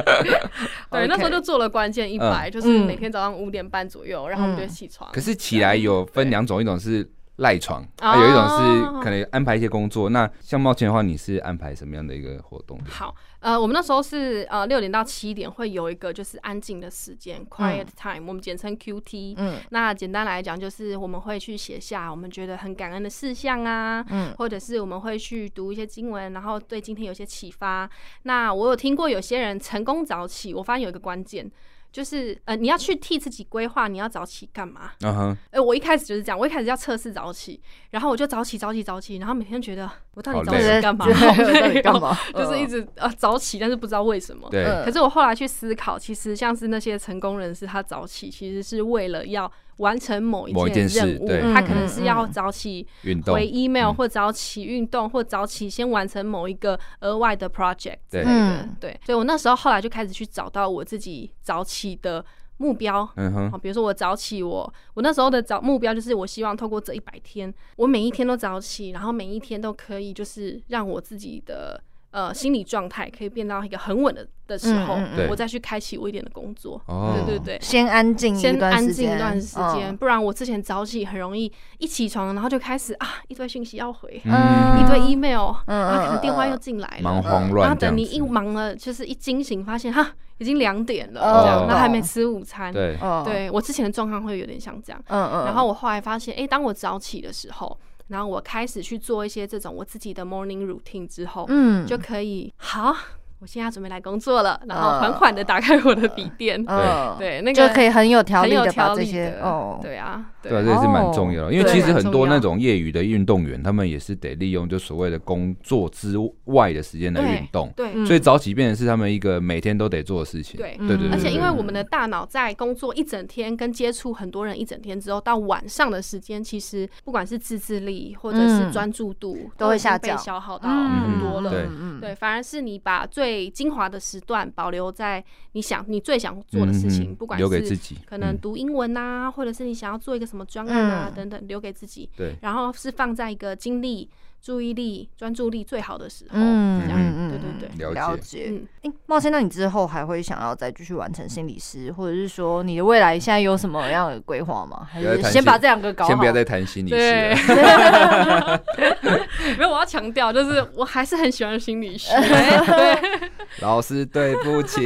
[SPEAKER 4] 对，
[SPEAKER 2] OK
[SPEAKER 4] 那时候就做了关键一百，就是
[SPEAKER 2] 嗯
[SPEAKER 4] 每天早上五点半左右，然后我们就会起床
[SPEAKER 3] 嗯可。是起来有分两种，一种是赖床，
[SPEAKER 4] 哦
[SPEAKER 3] 啊，有一种是可能安排一些工作。那像冒签的话，你是安排什么样的一个活动？
[SPEAKER 4] 好，呃，我们那时候是呃六点到七点会有一个就是安静的时
[SPEAKER 3] 嗯
[SPEAKER 4] 间 （quiet time），我们简称 QT。
[SPEAKER 2] 嗯
[SPEAKER 4] 那简单来讲，就是我们会去写下我们觉得很感恩的事项啊，
[SPEAKER 2] 嗯
[SPEAKER 4] 或者是我们会去读一些经文，然后对今天有一些启发。那我有听过有些人成功早起，我发现有一个关键。就是呃，你要去替自己规划你要早起干嘛？
[SPEAKER 3] 嗯哼，
[SPEAKER 4] 哎、我一开始就是这样，我一开始要测试早起，然后我就早起早起早起，然后每天觉得我到底
[SPEAKER 3] 好
[SPEAKER 4] 早
[SPEAKER 3] 累哦
[SPEAKER 4] 起干嘛？
[SPEAKER 2] 到底干
[SPEAKER 4] 好累哦？
[SPEAKER 2] 嘛？
[SPEAKER 4] 就是一直呃早起，但是不知道为什么。
[SPEAKER 3] 嗯对，
[SPEAKER 2] 嗯
[SPEAKER 4] 可是我后来去思考，其实像是那些成功人士，他早起其实是为了要完成某
[SPEAKER 3] 某一
[SPEAKER 4] 件
[SPEAKER 3] 件事
[SPEAKER 4] 任务，
[SPEAKER 3] 对
[SPEAKER 4] 他可能是
[SPEAKER 2] 嗯
[SPEAKER 4] 要
[SPEAKER 2] 嗯
[SPEAKER 4] 早起
[SPEAKER 3] 运动
[SPEAKER 4] 回 email
[SPEAKER 3] 嗯
[SPEAKER 4] 或早起运动，或早起先完成某一个额外的 project 之
[SPEAKER 3] 对
[SPEAKER 4] 类的
[SPEAKER 2] 嗯。
[SPEAKER 4] 对，所以我那时候后来就开始去找到我自己早起的目标。
[SPEAKER 3] 嗯哼
[SPEAKER 4] 好，，比如说我早起我，我那时候的早目标就是，我希望透过这一百天，我每一天都早起，然后每一天都可以就是让我自己的呃心理状态可以变到一个很稳的的时候，
[SPEAKER 2] 嗯嗯嗯
[SPEAKER 3] 对
[SPEAKER 4] 我再去开启我一点的工作。
[SPEAKER 3] 哦，
[SPEAKER 4] 对对对。
[SPEAKER 2] 先安静嗯一
[SPEAKER 4] 先
[SPEAKER 2] 段
[SPEAKER 4] 安
[SPEAKER 2] 时
[SPEAKER 4] 静
[SPEAKER 2] 间，
[SPEAKER 4] 一段时间，
[SPEAKER 2] 嗯。
[SPEAKER 4] 不然我之前早起很容易一起床，然后就开始啊一堆讯息要回，
[SPEAKER 2] 嗯
[SPEAKER 4] 呃一堆 email，
[SPEAKER 2] 嗯
[SPEAKER 4] 然后可
[SPEAKER 2] 嗯
[SPEAKER 4] 能电话
[SPEAKER 2] 嗯
[SPEAKER 4] 又进来了，
[SPEAKER 3] 忙慌
[SPEAKER 4] 然后
[SPEAKER 3] 乱这
[SPEAKER 4] 等
[SPEAKER 3] 样
[SPEAKER 4] 你一
[SPEAKER 3] 子，
[SPEAKER 4] 忙了，就是一惊醒发现哈已经两点了，
[SPEAKER 2] 哦
[SPEAKER 4] 这样然后还
[SPEAKER 2] 懂
[SPEAKER 4] 没吃午餐，
[SPEAKER 3] 对，
[SPEAKER 2] 嗯，
[SPEAKER 4] 对我之前的状况会有点像这样。
[SPEAKER 2] 嗯嗯。
[SPEAKER 4] 然后我后来发现，诶，当我早起的时候，然后我开始去做一些这种我自己的 morning routine 之后，
[SPEAKER 2] 嗯，
[SPEAKER 4] 就可以好，我现在要准备来工作了，然后
[SPEAKER 2] 嗯
[SPEAKER 4] 缓缓的打开我的笔电，
[SPEAKER 2] 嗯，
[SPEAKER 4] 对，那
[SPEAKER 2] 就
[SPEAKER 4] 个
[SPEAKER 2] 可以很有条
[SPEAKER 4] 很
[SPEAKER 2] 理
[SPEAKER 4] 有
[SPEAKER 2] 的把
[SPEAKER 4] 条
[SPEAKER 2] 这
[SPEAKER 4] 理
[SPEAKER 2] 些
[SPEAKER 4] 的，
[SPEAKER 2] 哦，
[SPEAKER 4] 对啊，
[SPEAKER 3] 对啊，
[SPEAKER 4] 对
[SPEAKER 3] 这也是蛮
[SPEAKER 2] 哦
[SPEAKER 3] 重要的，因为
[SPEAKER 2] 对
[SPEAKER 3] 其实很多
[SPEAKER 4] 蛮重要
[SPEAKER 3] 那种业余的运动员，他们也是得利用就所谓的工作之外的时间来运动，
[SPEAKER 4] 对
[SPEAKER 2] 嗯
[SPEAKER 3] 所以早起变成是他们一个每天都得做的事情。
[SPEAKER 4] 对。
[SPEAKER 3] 对对对，
[SPEAKER 4] 而且因为
[SPEAKER 3] 对
[SPEAKER 4] 我们的大脑在工作一整天，跟接触很多人一整天之后，到晚上的时间，其实不管是自制力或者是
[SPEAKER 2] 嗯
[SPEAKER 4] 专注度，
[SPEAKER 2] 都会
[SPEAKER 4] 已经
[SPEAKER 2] 下
[SPEAKER 4] 被
[SPEAKER 2] 降
[SPEAKER 4] 消耗到
[SPEAKER 2] 嗯
[SPEAKER 4] 很多了。
[SPEAKER 3] 对
[SPEAKER 2] 嗯，
[SPEAKER 4] 对，反而是你把最精华的时段保留在你想你最想做的事情，
[SPEAKER 3] 嗯
[SPEAKER 4] 不管
[SPEAKER 3] 留给自
[SPEAKER 4] 是
[SPEAKER 3] 己，嗯
[SPEAKER 4] 可能读英文啊，或者是你想要做一个什么专案啊、
[SPEAKER 2] 嗯
[SPEAKER 4] 等等，留给自己。
[SPEAKER 3] 对
[SPEAKER 4] 然后是放在一个精力、注意力、专注力最好的时候。
[SPEAKER 2] 嗯
[SPEAKER 4] 这样
[SPEAKER 2] 嗯
[SPEAKER 4] 对
[SPEAKER 2] 嗯
[SPEAKER 4] 对对。
[SPEAKER 3] 了
[SPEAKER 2] 了
[SPEAKER 3] 解
[SPEAKER 2] 解。
[SPEAKER 4] 嗯，
[SPEAKER 2] 哎，茂先，那你之后还会想要再继续完成心理师，或者是说你的未来现在有什么样的规划吗？还
[SPEAKER 3] 不要再
[SPEAKER 2] 是
[SPEAKER 3] 谈
[SPEAKER 2] 先
[SPEAKER 3] 心
[SPEAKER 2] 把这两个搞好？
[SPEAKER 3] 先不 要再谈心理师了
[SPEAKER 4] 对， 没有，我要强调，就是我还是很喜欢心 理学。对，
[SPEAKER 3] 老师对不 起，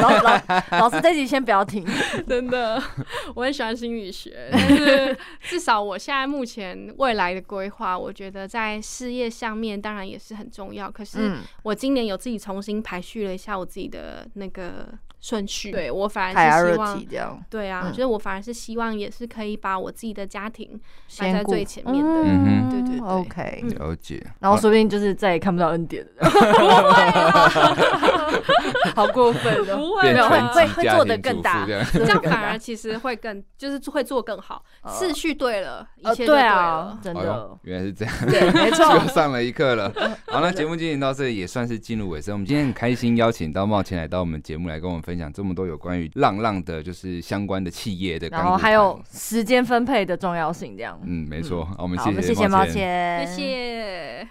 [SPEAKER 2] 老老老师这集先不要停。
[SPEAKER 4] 真的，我很喜欢心理学，但是至少我现在目前未来的规划，我觉得在事业上面当然也是很重要。可是
[SPEAKER 2] 嗯，
[SPEAKER 4] 我今年有自己重新排序了一下我自己的那个顺序，对我反
[SPEAKER 2] 海
[SPEAKER 4] 而
[SPEAKER 2] 尔
[SPEAKER 4] 是希
[SPEAKER 2] 热
[SPEAKER 4] 望
[SPEAKER 2] 体，这样
[SPEAKER 4] 对啊，
[SPEAKER 2] 嗯
[SPEAKER 4] 就是我反而是希望也是可以把我自己的家庭摆在
[SPEAKER 2] 先顾
[SPEAKER 4] 最前面的。
[SPEAKER 2] 嗯
[SPEAKER 3] 嗯
[SPEAKER 4] 哼对对对
[SPEAKER 2] OK，
[SPEAKER 4] 嗯
[SPEAKER 3] 了解。
[SPEAKER 2] 然后说不定就是再也看不到恩典了， 好过分哦！
[SPEAKER 4] 不
[SPEAKER 3] 变
[SPEAKER 4] 会
[SPEAKER 2] 没有
[SPEAKER 3] 成
[SPEAKER 2] 会
[SPEAKER 4] 啊，
[SPEAKER 2] 会会
[SPEAKER 3] 家
[SPEAKER 2] 做得
[SPEAKER 3] 庭
[SPEAKER 2] 更
[SPEAKER 3] 主
[SPEAKER 2] 大
[SPEAKER 3] 妇这样，
[SPEAKER 4] 这样反而其实会更，就是会做更好。
[SPEAKER 2] 哦
[SPEAKER 4] 次序哦对了，一
[SPEAKER 2] 呃
[SPEAKER 4] 切就
[SPEAKER 2] 对啊
[SPEAKER 4] 了，。
[SPEAKER 2] 真
[SPEAKER 3] 哎
[SPEAKER 2] 的
[SPEAKER 3] 呦，，原来是 这样，
[SPEAKER 2] 对，没错，
[SPEAKER 3] 又上了一课了。好，那节目进行到这里也算是进入尾声。我们今天很开心邀请到茂前来到我们节目来跟我们分享这么多有关于浪浪的，就是相关的企业的干
[SPEAKER 2] 然
[SPEAKER 3] 股
[SPEAKER 2] 后
[SPEAKER 3] 谈，
[SPEAKER 2] 还有时间分配的重要性，这样。
[SPEAKER 3] 嗯，没错，好我们
[SPEAKER 2] 好，
[SPEAKER 3] 谢
[SPEAKER 2] 我们谢谢
[SPEAKER 3] 茂
[SPEAKER 2] 毛
[SPEAKER 3] 前。
[SPEAKER 2] 钱，
[SPEAKER 4] 谢谢。